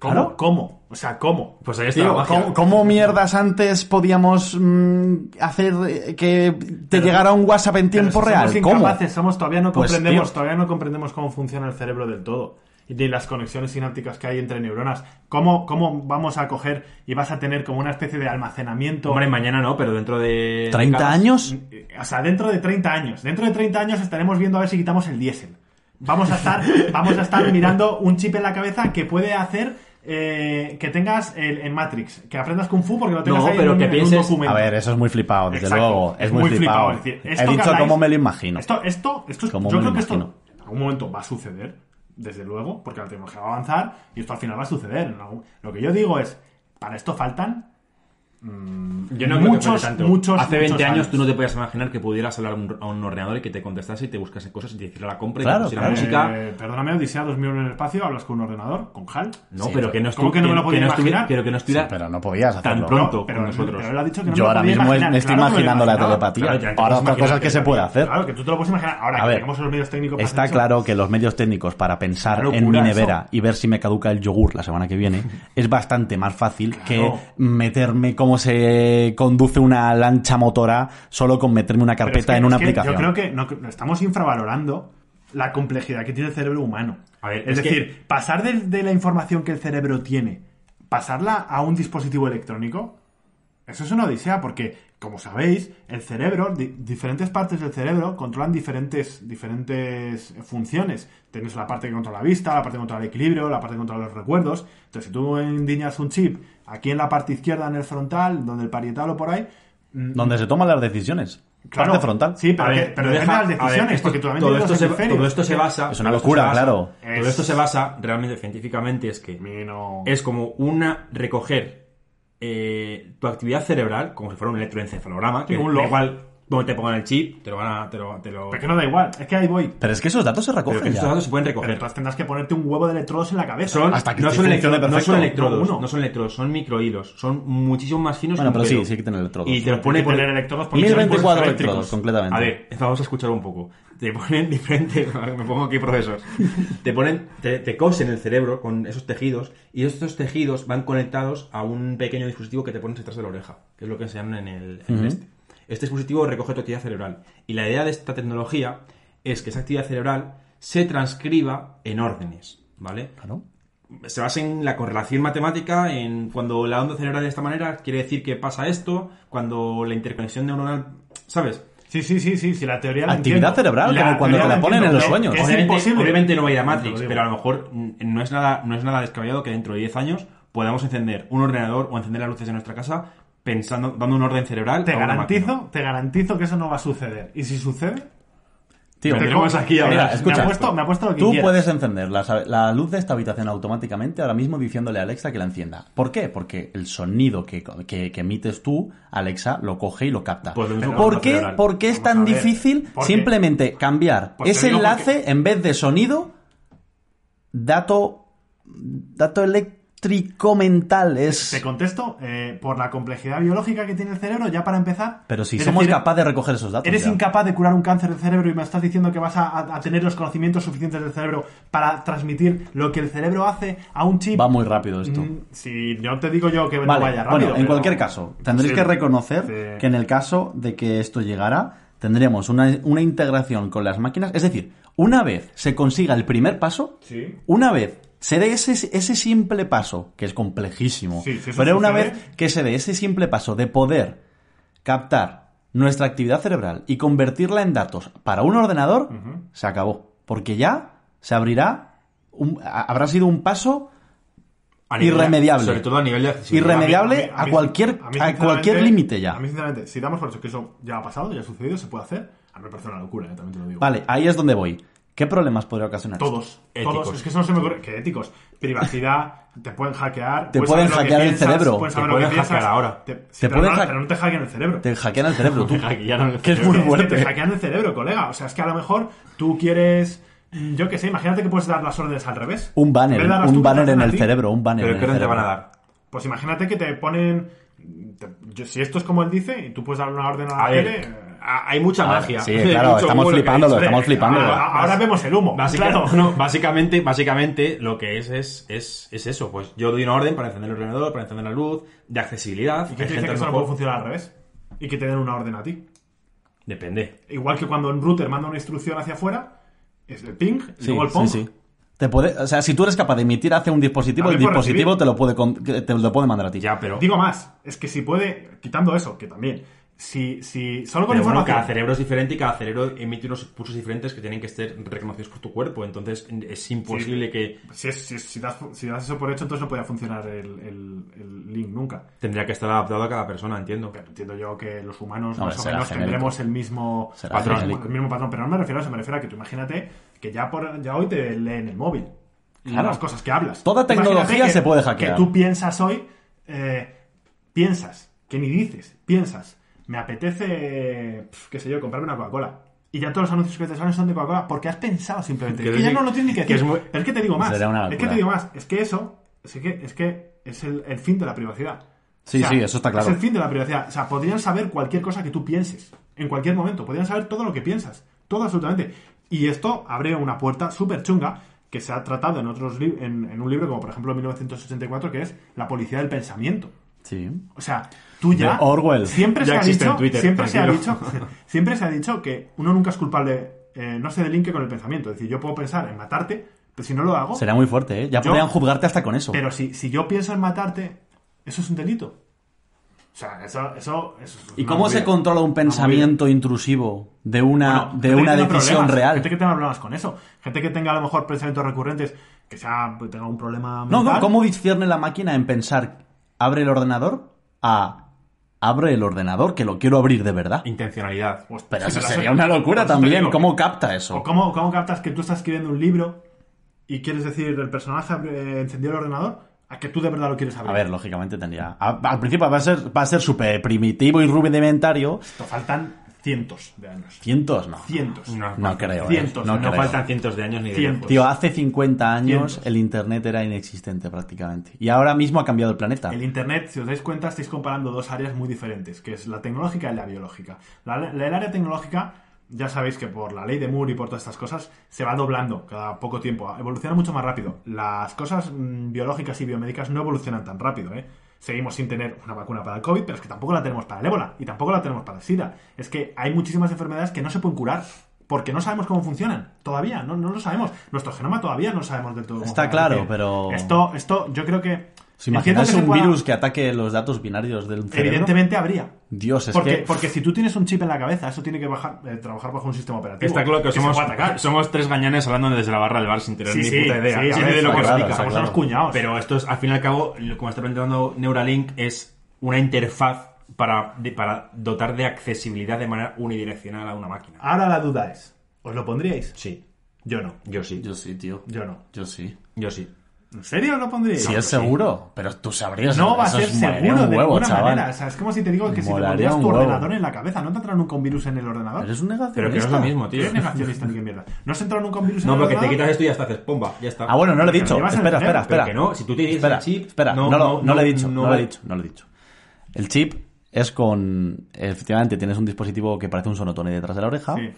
¿Cómo?
Claro.
¿Cómo? O sea, ¿cómo?
Pues ahí está. la
Tío,
magia.
¿cómo, cómo mierdas antes podíamos mm, hacer eh, que te llegara un WhatsApp en tiempo
Pero
real?
Somos
¿Cómo?
incapaces, somos, todavía no
Pues,
comprendemos,
tío.
todavía no comprendemos cómo funciona el cerebro del todo. Y de las conexiones sinápticas que hay entre neuronas. ¿Cómo, ¿Cómo vamos a coger y vas a tener como una especie de almacenamiento?
Hombre, mañana no, pero dentro de...
¿30
décadas-
años?
Eh, O sea, dentro de 30 años. Dentro de 30 años estaremos viendo a ver si quitamos el diésel. Vamos
*laughs*
a estar, vamos a estar mirando un chip en la cabeza que puede hacer eh, que tengas el, en Matrix, que aprendas Kung Fu porque lo tengas
No,
ahí en
pero
un-
que
en un
pienses-
documento.
A ver, eso es muy flipado, desde
Exacto.
luego. Es, muy, flipado.
es decir,
He
esto que
dicho
habláis-
cómo me lo imagino.
Esto, esto, esto es-
Cómo
yo
me lo
creo que esto
imagino.
en algún momento va a suceder, desde luego, porque la tecnología va a avanzar y esto al final va a suceder. en algún- Lo que yo digo es, para esto faltan mm, mm,
Yo no creo que
muchos,
fuese tanto.
muchos,
Hace 20
muchos
años, tú no te podías imaginar que pudieras hablar a un- a un ordenador y que te contestase y te buscase cosas y te hiciera la compra y
Claro,
te pusiera
claro.
música.
Eh, perdóname, Odisea 2000 en el espacio, hablas con un ordenador, con HAL.
No, pero que no
¿Cómo
estu-
que no me lo podía
no estuvi-
imaginar?
Pero que no estuviera
Sí, pero no podías
tan
hacerlo.
pronto
pero,
con nosotros.
pero él ha dicho que no
Yo
me
ahora
podía
mismo
imaginar.
me estoy
Claro que me lo
imaginando la
imaginaba.
telepatía.
Claro, ya te
Ahora
puedes
otra cosa es que se puede hacer.
Claro, que tú te lo puedes imaginar. Ahora
A
que
ver,
tenemos los medios técnicos. para
Está
hacer eso,
claro que los medios técnicos para pensar
Una
en
locura
mi
eso.
nevera y ver si me caduca el yogur la semana que
*laughs*
viene es bastante más fácil que meterme cómo se conduce una lancha motora solo con meterme una
Pero
carpeta
es que-
en una
es que
aplicación.
Yo creo que no, estamos infravalorando la complejidad que tiene el cerebro humano.
A ver,
es,
es que-
decir, pasar de, de la información que el cerebro tiene, pasarla a un dispositivo electrónico, eso es una odisea, porque, como sabéis, el cerebro, di- diferentes partes del cerebro controlan diferentes, diferentes funciones. Tienes la parte que controla la vista, la parte que controla el equilibrio, la parte que controla los recuerdos. Entonces, si tú endiñas un chip aquí en la parte izquierda, en el frontal, donde el parietal o por ahí,
Donde se toman las decisiones. Parte frontal.
Sí, pero,
A
que-
ver,
pero
deja-
depende de las
a ver,
decisiones,
esto-
porque tú también
todo
tienes
esto,
los
se,
hemisferios.
todo esto se basa.
Es una
todo esto
locura,
se basa-
claro.
Es-
Todo esto se basa realmente científicamente es que
A mí no-
es como una recoger eh, tu actividad cerebral como si fuera un electroencefalograma. que
un
da
log.
igual donde te pongan el chip, te lo van a. Te lo, te lo-
Pero que no da igual, es que ahí voy.
Pero es que esos datos se
pero que
recogen
estos
ya.
datos se pueden
Pero
recoger.
entonces tendrás que ponerte un huevo de electrodos en la cabeza.
Son,
hasta que
no,
te
son
funcione
electro- no son
perfecto,
electrodos,
uno.
no son electrodos, son microhilos, son muchísimo más finos
Bueno,
que un
pero sí,
pelo.
sí que tienen electrodos.
Y te los ponen
que tener electrodos porque
1024
son
electrodos, completamente.
A ver, vamos a escuchar un poco. Te ponen *laughs* diferentes. Me pongo aquí profesor. Te ponen. Te, te cosen el cerebro con esos tejidos. Y estos tejidos van conectados a un pequeño dispositivo que te pones detrás de la oreja. Que es lo que enseñaron en el. en este. Este dispositivo recoge tu actividad cerebral. Y la idea de esta tecnología es que esa actividad cerebral se transcriba en órdenes. ¿Vale?
Claro.
se basa en la correlación matemática, en cuando la onda cerebral de esta manera quiere decir que pasa esto, cuando la interconexión neuronal, ¿sabes?
Sí, sí, sí, sí, sí, la teoría la
Actividad
entiendo.
cerebral, como cuando
teoría
te la ponen en los
entiendo,
sueños.
que Es
obviamente,
imposible.
obviamente no va a ir a
Te
Matrix,
lo digo.
pero a lo mejor mm, no es nada, no es nada descabellado que dentro de 10 años podamos encender un ordenador o encender las luces de nuestra casa pensando, dando un orden cerebral.
Te
a una máquina.
garantizo, te garantizo que eso no va a suceder. Y si sucede,
Tío,
te
tenemos
co-
aquí ahora.
Mira,
Mira, escucha.
me apuesto, me apuesto lo que
Tú
quieras.
puedes encender la, la luz de esta habitación automáticamente ahora mismo diciéndole a Alexa que la encienda. ¿Por qué? Porque el sonido que, que- que emites tú, Alexa lo coge y lo capta.
Pues lo mismo con
¿Por
la
qué,
cerebral.
¿Por qué es
Vamos a
tan
ver.
difícil
¿Por qué?
simplemente cambiar
Pues te
ese
digo
enlace en vez de sonido, dato, dato eléctrico mental?
Te
Es...
contesto eh, por la complejidad biológica que tiene el cerebro, ya para empezar.
Pero si
Es
somos
decir,
capaces de recoger esos datos.
Eres
ya.
incapaz de curar un cáncer del cerebro y me estás diciendo que vas a, a- a tener los conocimientos suficientes del cerebro para transmitir lo que el cerebro hace a un chip.
Va muy rápido esto.
Mm, Si no te digo yo que no
Vale,
vaya rápido.
bueno, en
pero-
cualquier caso, tendréis
Sí,
que reconocer
sí.
que en el caso de que esto llegara, tendríamos una, una integración con las máquinas. Es decir, una vez se consiga el primer paso,
Sí.
una vez se dé ese, ese simple paso, que es complejísimo,
Sí, si eso
pero una
sucede-
vez que se dé ese simple paso de poder captar nuestra actividad cerebral y convertirla en datos para un ordenador, se acabó. Porque ya se abrirá, un- a- habrá sido un paso
A nivel-
Irremediable.
Sobre todo a nivel de accesibilidad.
Irremediable a cualquier- a
sinceramente,
cualquier límite ya.
A mí, sinceramente, si damos por hecho que eso ya ha pasado, ya ha sucedido, se puede hacer, a mí me parece una locura, eh, también te lo digo.
Vale, ahí es donde voy. ¿Qué problemas podría ocasionar? esto?
Todos, todos.
Éticos.
Es que eso no se me ocurre. Que éticos. Privacidad, *laughs* te pueden hackear.
Te
puedes
pueden
saber lo que
hackear el
piensas,
cerebro.
puedes
Te
saber lo que
pueden
piensas.
hackear ahora.
Te,
Te
pueden
pueden
no,
hack-
pero no te hackean el cerebro.
Te hackean el cerebro, tú.
Hackearon el
que es
cerebro.
muy
Es que te
fuerte.
*laughs* hackean el cerebro, colega. O sea, es que a lo mejor tú quieres. mm, Yo qué sé, imagínate que puedes dar las órdenes al revés.
Un
En
banner,
vez de darlas tú,
un
te
banner
hacen
en
a
el
ti.
cerebro, un banner
Pero
en
¿qué
el
orden te
cerebro.
van a dar?
Pues imagínate que te ponen. te- yo- si esto es como él dice, y tú puedes dar una orden a la
A ver,
tele, eh,
a- hay mucha
Vale,
magia.
Ah, sí,
*laughs* Hay
claro,
mucho
estamos
humo lo que
flipándolo,
dice.
estamos flipándolo.
ahora- ahora vemos el humo.
Básicamente,
Oh,
*laughs*
Claro.
no, básicamente, básicamente lo que es es, es es eso. Pues yo doy una orden para encender el ordenador, para encender la luz, de accesibilidad.
¿Y qué
Hay gente
te dice que
a lo
eso no
mejor-
puede funcionar al revés? Y que te den una orden a ti.
Depende.
Igual que cuando un router manda una instrucción hacia afuera, es el ping, y
Sí,
luego el
sí,
pong.
sí. Te puede, o sea, si tú eres capaz de emitir hacia un dispositivo, el
También por
dispositivo
recibir.
te lo, puede, con- que te lo puede mandar a ti.
Ya, pero,
Digo más, es que si puede, quitando eso, que también, si, si solo con
pero bueno, cada
información...
cerebro es diferente y cada cerebro emite unos impulsos diferentes que tienen que ser reconocidos por tu cuerpo. Entonces es imposible que
si, es- si, es- si das, si das eso por hecho, entonces no podía funcionar el, el- el link nunca.
tendría que estar adaptado a cada persona, entiendo.
Pero entiendo yo que los humanos
No,
más o
será
menos
genérico.
tendremos el mismo
Será
patrón.
genérico.
El mismo patrón, pero no me refiero a eso, me refiero a que tú imagínate que ya, por, ya hoy te leen el móvil.
Claro.
Las cosas que hablas.
Toda
Imagínate
tecnología
que-
se puede hackear.
Que tú piensas hoy, eh, piensas, que ni dices, piensas, me apetece, pf, qué sé yo, comprarme una Coca-Cola. Y ya todos los anuncios que te salen son de Coca-Cola porque has pensado simplemente.
Que
Que,
es
ya
mi-
no lo tienes ni que
que
decir.
es
Es,
muy-
que te digo más.
Será una
es que
locura.
te digo más. Es que eso es que es, que es el, el fin de la privacidad.
Sí, sí, eso está claro.
Es el fin de la privacidad. O sea, podrían saber cualquier cosa que tú pienses. En cualquier momento. Podrían saber todo lo que piensas. Todo absolutamente. Y esto abre una puerta súper chunga que se ha tratado en, otros li- en, en un libro como por ejemplo 1984 que es La policía del pensamiento.
Sí.
O sea, tú ya.
De Orwell.
Siempre
Ya
se ha
existe
dicho.
en Twitter,
siempre, se ha
tranquilo.
dicho *laughs* siempre se ha dicho que uno nunca es culpable. eh, no se delinque con el pensamiento. Es decir, yo puedo pensar en matarte, pero si no lo hago.
Será muy fuerte, ¿eh? Ya
Yo-
podrían juzgarte hasta con eso.
Pero si, si yo pienso en matarte, eso es un delito. O sea, eso. eso, eso es
¿Y
una
cómo
movida.
se controla un pensamiento intrusivo de una,
Bueno,
de
gente que
una
tenga
decisión
problemas,
real?
Gente que tenga problemas con eso. Gente que tenga a lo mejor pensamientos recurrentes, que sea, pues, tenga un problema.
No,
mental.
no, ¿cómo discierne la máquina en pensar abre el ordenador a abre el ordenador que lo quiero abrir de verdad?
Intencionalidad.
pues,
Hostia,
Pero eso
Pero eso-
sería una
por
locura
eso te
también.
digo.
¿Cómo capta
¿O
eso?
cómo, cómo captas que tú estás escribiendo un libro y quieres decir el personaje eh, encendió el ordenador a que tú de verdad lo quieres abrir?
A ver, lógicamente tendría. a- al principio va a ser va a ser súper primitivo y rudimentario.
Te faltan cientos de años.
Cientos, no.
Cientos.
No,
No creo. ¿eh?
Cientos,
no,
no
creo.
faltan cientos de años ni de
Cientos.
lejos.
Tío, hace 50 años
Cientos.
el internet era inexistente prácticamente. Y ahora mismo ha cambiado el planeta.
El Internet, si os dais cuenta, estáis comparando dos áreas muy diferentes, que es la tecnológica y la biológica. La, la- el área tecnológica, ya sabéis que por la ley de Moore y por todas estas cosas, se va doblando cada poco tiempo, evoluciona mucho más rápido. Las cosas mm, biológicas y biomédicas no evolucionan tan rápido, ¿eh? Seguimos sin tener una vacuna para el COVID, pero es que tampoco la tenemos para el ébola y tampoco la tenemos para el SIDA. Es que hay muchísimas enfermedades que no se pueden curar. Porque no sabemos cómo funcionan, todavía, no, no lo sabemos. Nuestro genoma todavía no sabemos del todo. cómo
Está
funciona.
claro, pero-
Esto, esto, yo creo que.
¿Os
Entiendo
imagináis
que se
un
pueda-
virus que ataque los datos binarios del cerebro?
Evidentemente habría.
Dios, es
Porque,
que...
porque si tú tienes un chip en la cabeza, eso tiene que bajar, eh, trabajar bajo un sistema operativo.
Está claro que
se
somos,
puede atacar.
somos tres gañanes hablando desde la barra del bar sin tener
Sí,
ni
sí,
puta idea.
sí, a
Sí,
ver,
de lo que
está
explica.
claro, somos unos cuñados.
Pero esto es, al fin y al cabo, lo- como está planteando Neuralink, es una interfaz para, de- para dotar de accesibilidad de manera unidireccional a una máquina.
Ah.
Ahora la duda es, ¿os lo pondríais?
Sí,
Yo no.
yo sí,
Yo sí, tío.
Yo no.
Yo sí.
yo sí.
¿En serio os lo pondríais?
Si
No,
es seguro, pero tú sabrías.
No va a
eso
ser
es- molaría
seguro
un
de
huevo,
ninguna
chaval.
manera. O sea, es como si te digo que si te
Molaría
pondrías tu
un huevo.
ordenador en la cabeza, ¿no te entrará nunca un virus en el ordenador?
Eres un negacionista.
Pero que no es lo mismo, tío.
Eres negacionista ni qué mierda. ¿No se entra nunca un virus
No,
en el
porque te
ordenador?
quitas esto y ya está, haces pomba, ya está.
Ah, bueno, no lo he
Pero
dicho.
llevas el
Espera, espera,
dinero,
Pero
espera.
que no, si tú tienes el
espera,
chip,
espera.
no,
No, lo-
no,
no lo he
no,
dicho, no,
no.
lo he dicho, no lo he dicho. El chip es con... Efectivamente, tienes un dispositivo que parece un sonotone detrás de la oreja.
Sí.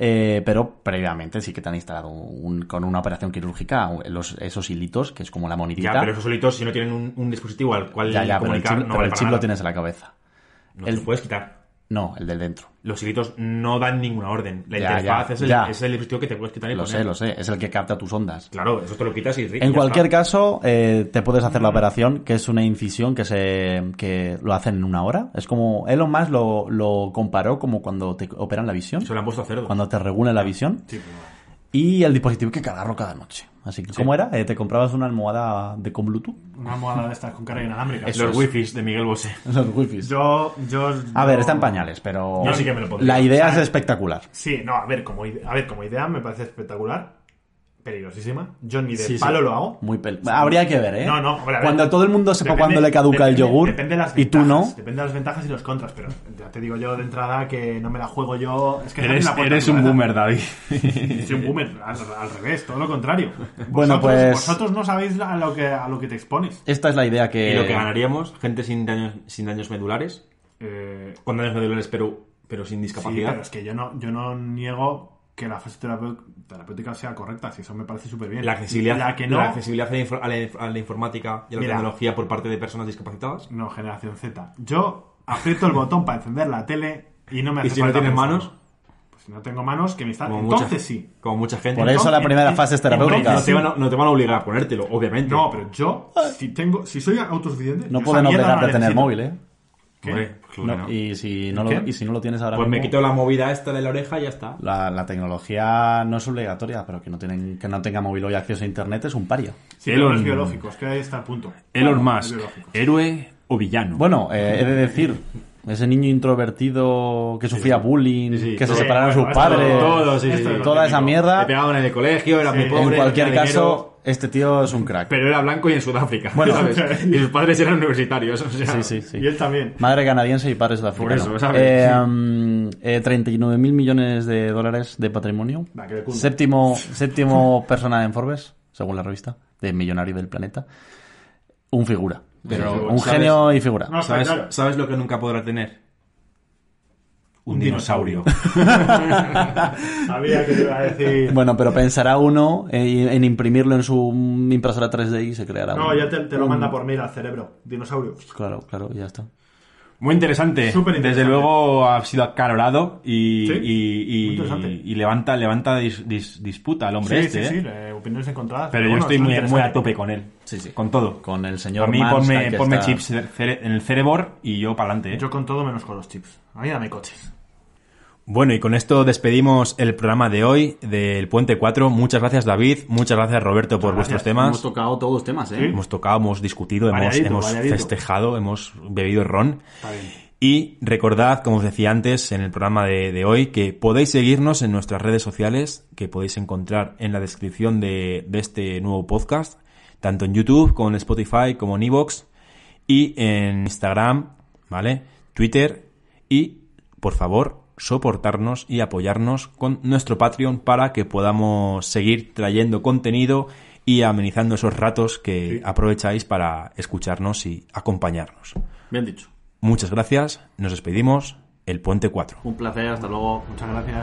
eh, pero previamente sí que te han instalado un- con una operación quirúrgica los, esos hilitos, que es como la monitita.
Ya, pero esos solitos, si no tienen un, un dispositivo al cual
ya, ya, pero el
comunicar,
chip,
no
pero
vale
el
para
chip lo
nada.
tienes en la cabeza.
No
el-
te lo puedes quitar.
No, el del dentro.
Los hilitos no dan ninguna orden. La
Ya,
interfaz
ya,
es, el,
ya.
es el dispositivo que te puedes quitar y
Lo
poner.
sé, lo sé. Es el que capta tus ondas.
Claro, eso te lo quitas y y
En
ya
cualquier
está.
caso, eh, te puedes hacer la operación, que es una incisión que se que lo hacen en una hora. Es como Elon Musk lo, lo comparó como cuando te operan la visión,
Se lo han puesto a cerdo.
cuando te regulan la visión.
pues,
Y el dispositivo hay que cargarlo cada noche. Así que, ¿cómo era? Eh, te comprabas una almohada de con Bluetooth. *laughs*
Una almohada de estas con carga inalámbrica.
Eso
Los
es.
wifi de Miguel Bosé.
Los wifi.
Yo, yo...
A ver, está en
no-
pañales, pero
Yo sí que me lo pondría.
la idea
O sea,
es espectacular.
Sí, no, a ver, como, ide- a ver, como idea me parece espectacular, peligrosísima. Yo ni de
Sí, sí.
palo lo hago.
Muy pel- Habría que ver, ¿eh?
No, no, hombre, a ver.
Cuando todo el mundo sepa
Depende-
cuándo le caduca el
depende-
yogur
depende de las
y tú no.
ventajas, Depende de las ventajas y los contras, pero ya te digo yo de entrada que no me la juego yo. Es que
Eres,
no me la
eres
puedo
un
jugar.
boomer, David.
*laughs* Soy un boomer, al, al revés, todo lo contrario.
*laughs* Bueno,
Vosotros-
pues-
Vosotros no sabéis a lo que, a lo que te expones.
*laughs* Esta es la idea que...
Y lo que ganaríamos, gente sin daños, sin daños medulares,
Eh,
con daños medulares pero, pero sin
sí,
discapacidad.
pero es que yo no, yo no niego que la fase terapeu- terapéutica sea correcta, si eso me parece súper bien.
La accesibilidad,
La que no,
la accesibilidad a, la infor- a la inf- a la informática y a la
Mira.
tecnología por parte de personas discapacitadas.
No, generación Z. Yo aprieto el botón para encender la tele y no me hace
¿Y si no
falta
tienes
pensarlo.
manos?
Pues si no tengo manos, que me están.
Como
Entonces
mucha,
sí.
Como mucha gente.
Por eso la
Entonces-
primera fase es terapéutica.
no, te van a, no te van a obligar a ponértelo, obviamente.
No, pero yo, si tengo, si soy autosuficiente.
No
yo
pueden
esa mierda
obligar
no
de
la
tener
necesito.
móvil, ¿eh?
¿Qué?
Hombre, pues
No,
claro que no.
y, si no
¿Qué?
lo, y si no lo tienes ahora
Pues me
mismo,
quito la movida esta de la oreja y ya está.
la, la tecnología no es obligatoria, pero que no, tienen, que no tenga móvil hoy acceso a internet es un paria.
Sí, pero
Elon-
los biológicos, que ahí está el punto.
Elon
Los
Musk,
biológicos.
héroe o villano.
Bueno, eh, he de decir, ese niño introvertido que sufría bullying,
Sí, sí,
que se
todo.
separaron
Bueno,
sus
esto-
padres,
todo, sí,
esto
sí.
es lo
toda esa
típico.
mierda.
Me pegaban en el colegio, era
Sí.
muy pobre.
en cualquier
tenía
caso, este tío es un crack.
Pero era blanco y en Sudáfrica.
*laughs*
¿sabes? Y sus padres eran universitarios. o sea,
Sí, sí, sí.
Y él también.
Madre canadiense y padre sudafricano.
Por eso, ¿sabes?
Eh, um, eh, 39 mil millones de dólares de patrimonio.
Va, que le cunde.
Séptimo, séptimo *laughs* persona en Forbes, según la revista, de millonario del planeta. Un figura.
Pero,
un
¿sabes?
genio y figura.
No, está
¿Sabes,
claro.
sabes lo que nunca podrá tener? Un
Un
dinosaurio.
Sabía que te iba a decir.
*laughs* Bueno, pero pensará uno en, en imprimirlo en su impresora 3D y se creará
No,
un-
ya te, te lo
un-
manda por mail al cerebro. Dinosaurio.
Claro, claro, ya está.
Muy interesante. Desde
Superinteresante.
luego ha sido acalorado y,
Sí,
y- y-
muy interesante.
y levanta, levanta dis- dis- disputa al
Sí,
hombre este.
sí, sí,
¿eh?
eh, opiniones encontradas.
Pero yo
bueno,
estoy
es
muy, muy
interesante.
a tope con él.
Sí, sí.
Con todo.
Con el
a
señor
mí
Mansta,
ponme,
que
ponme
está-
chips cere- en el cerebor y yo ¿eh? para adelante.
Yo con todo menos con los chips. A mí dame coches.
Bueno, y con esto despedimos el programa de hoy del Puente 4. Muchas gracias, David. Muchas gracias, Roberto, por vuestros
Hemos
temas.
tocado todos los temas, ¿eh?
Hemos tocado, hemos discutido, hemos,
Variadito,
hemos
variadito.
festejado, hemos bebido ron. Y recordad, como os decía antes en el programa de, de hoy, que podéis seguirnos en nuestras redes sociales, que podéis encontrar en la descripción de, de este nuevo podcast, tanto en YouTube, como en Spotify, como en Evox, y en Instagram, ¿vale? Twitter, y por favor, soportarnos y apoyarnos con nuestro Patreon para que podamos seguir trayendo contenido y amenizando esos ratos que aprovecháis para escucharnos y acompañarnos.
Bien dicho.
Muchas gracias, nos despedimos, el Puente 4.
Un placer, hasta luego.
Muchas gracias.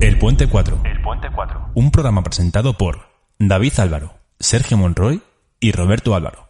El Puente 4. El Puente 4. Un programa presentado por David Álvaro, Sergio Monroy y Roberto Álvaro.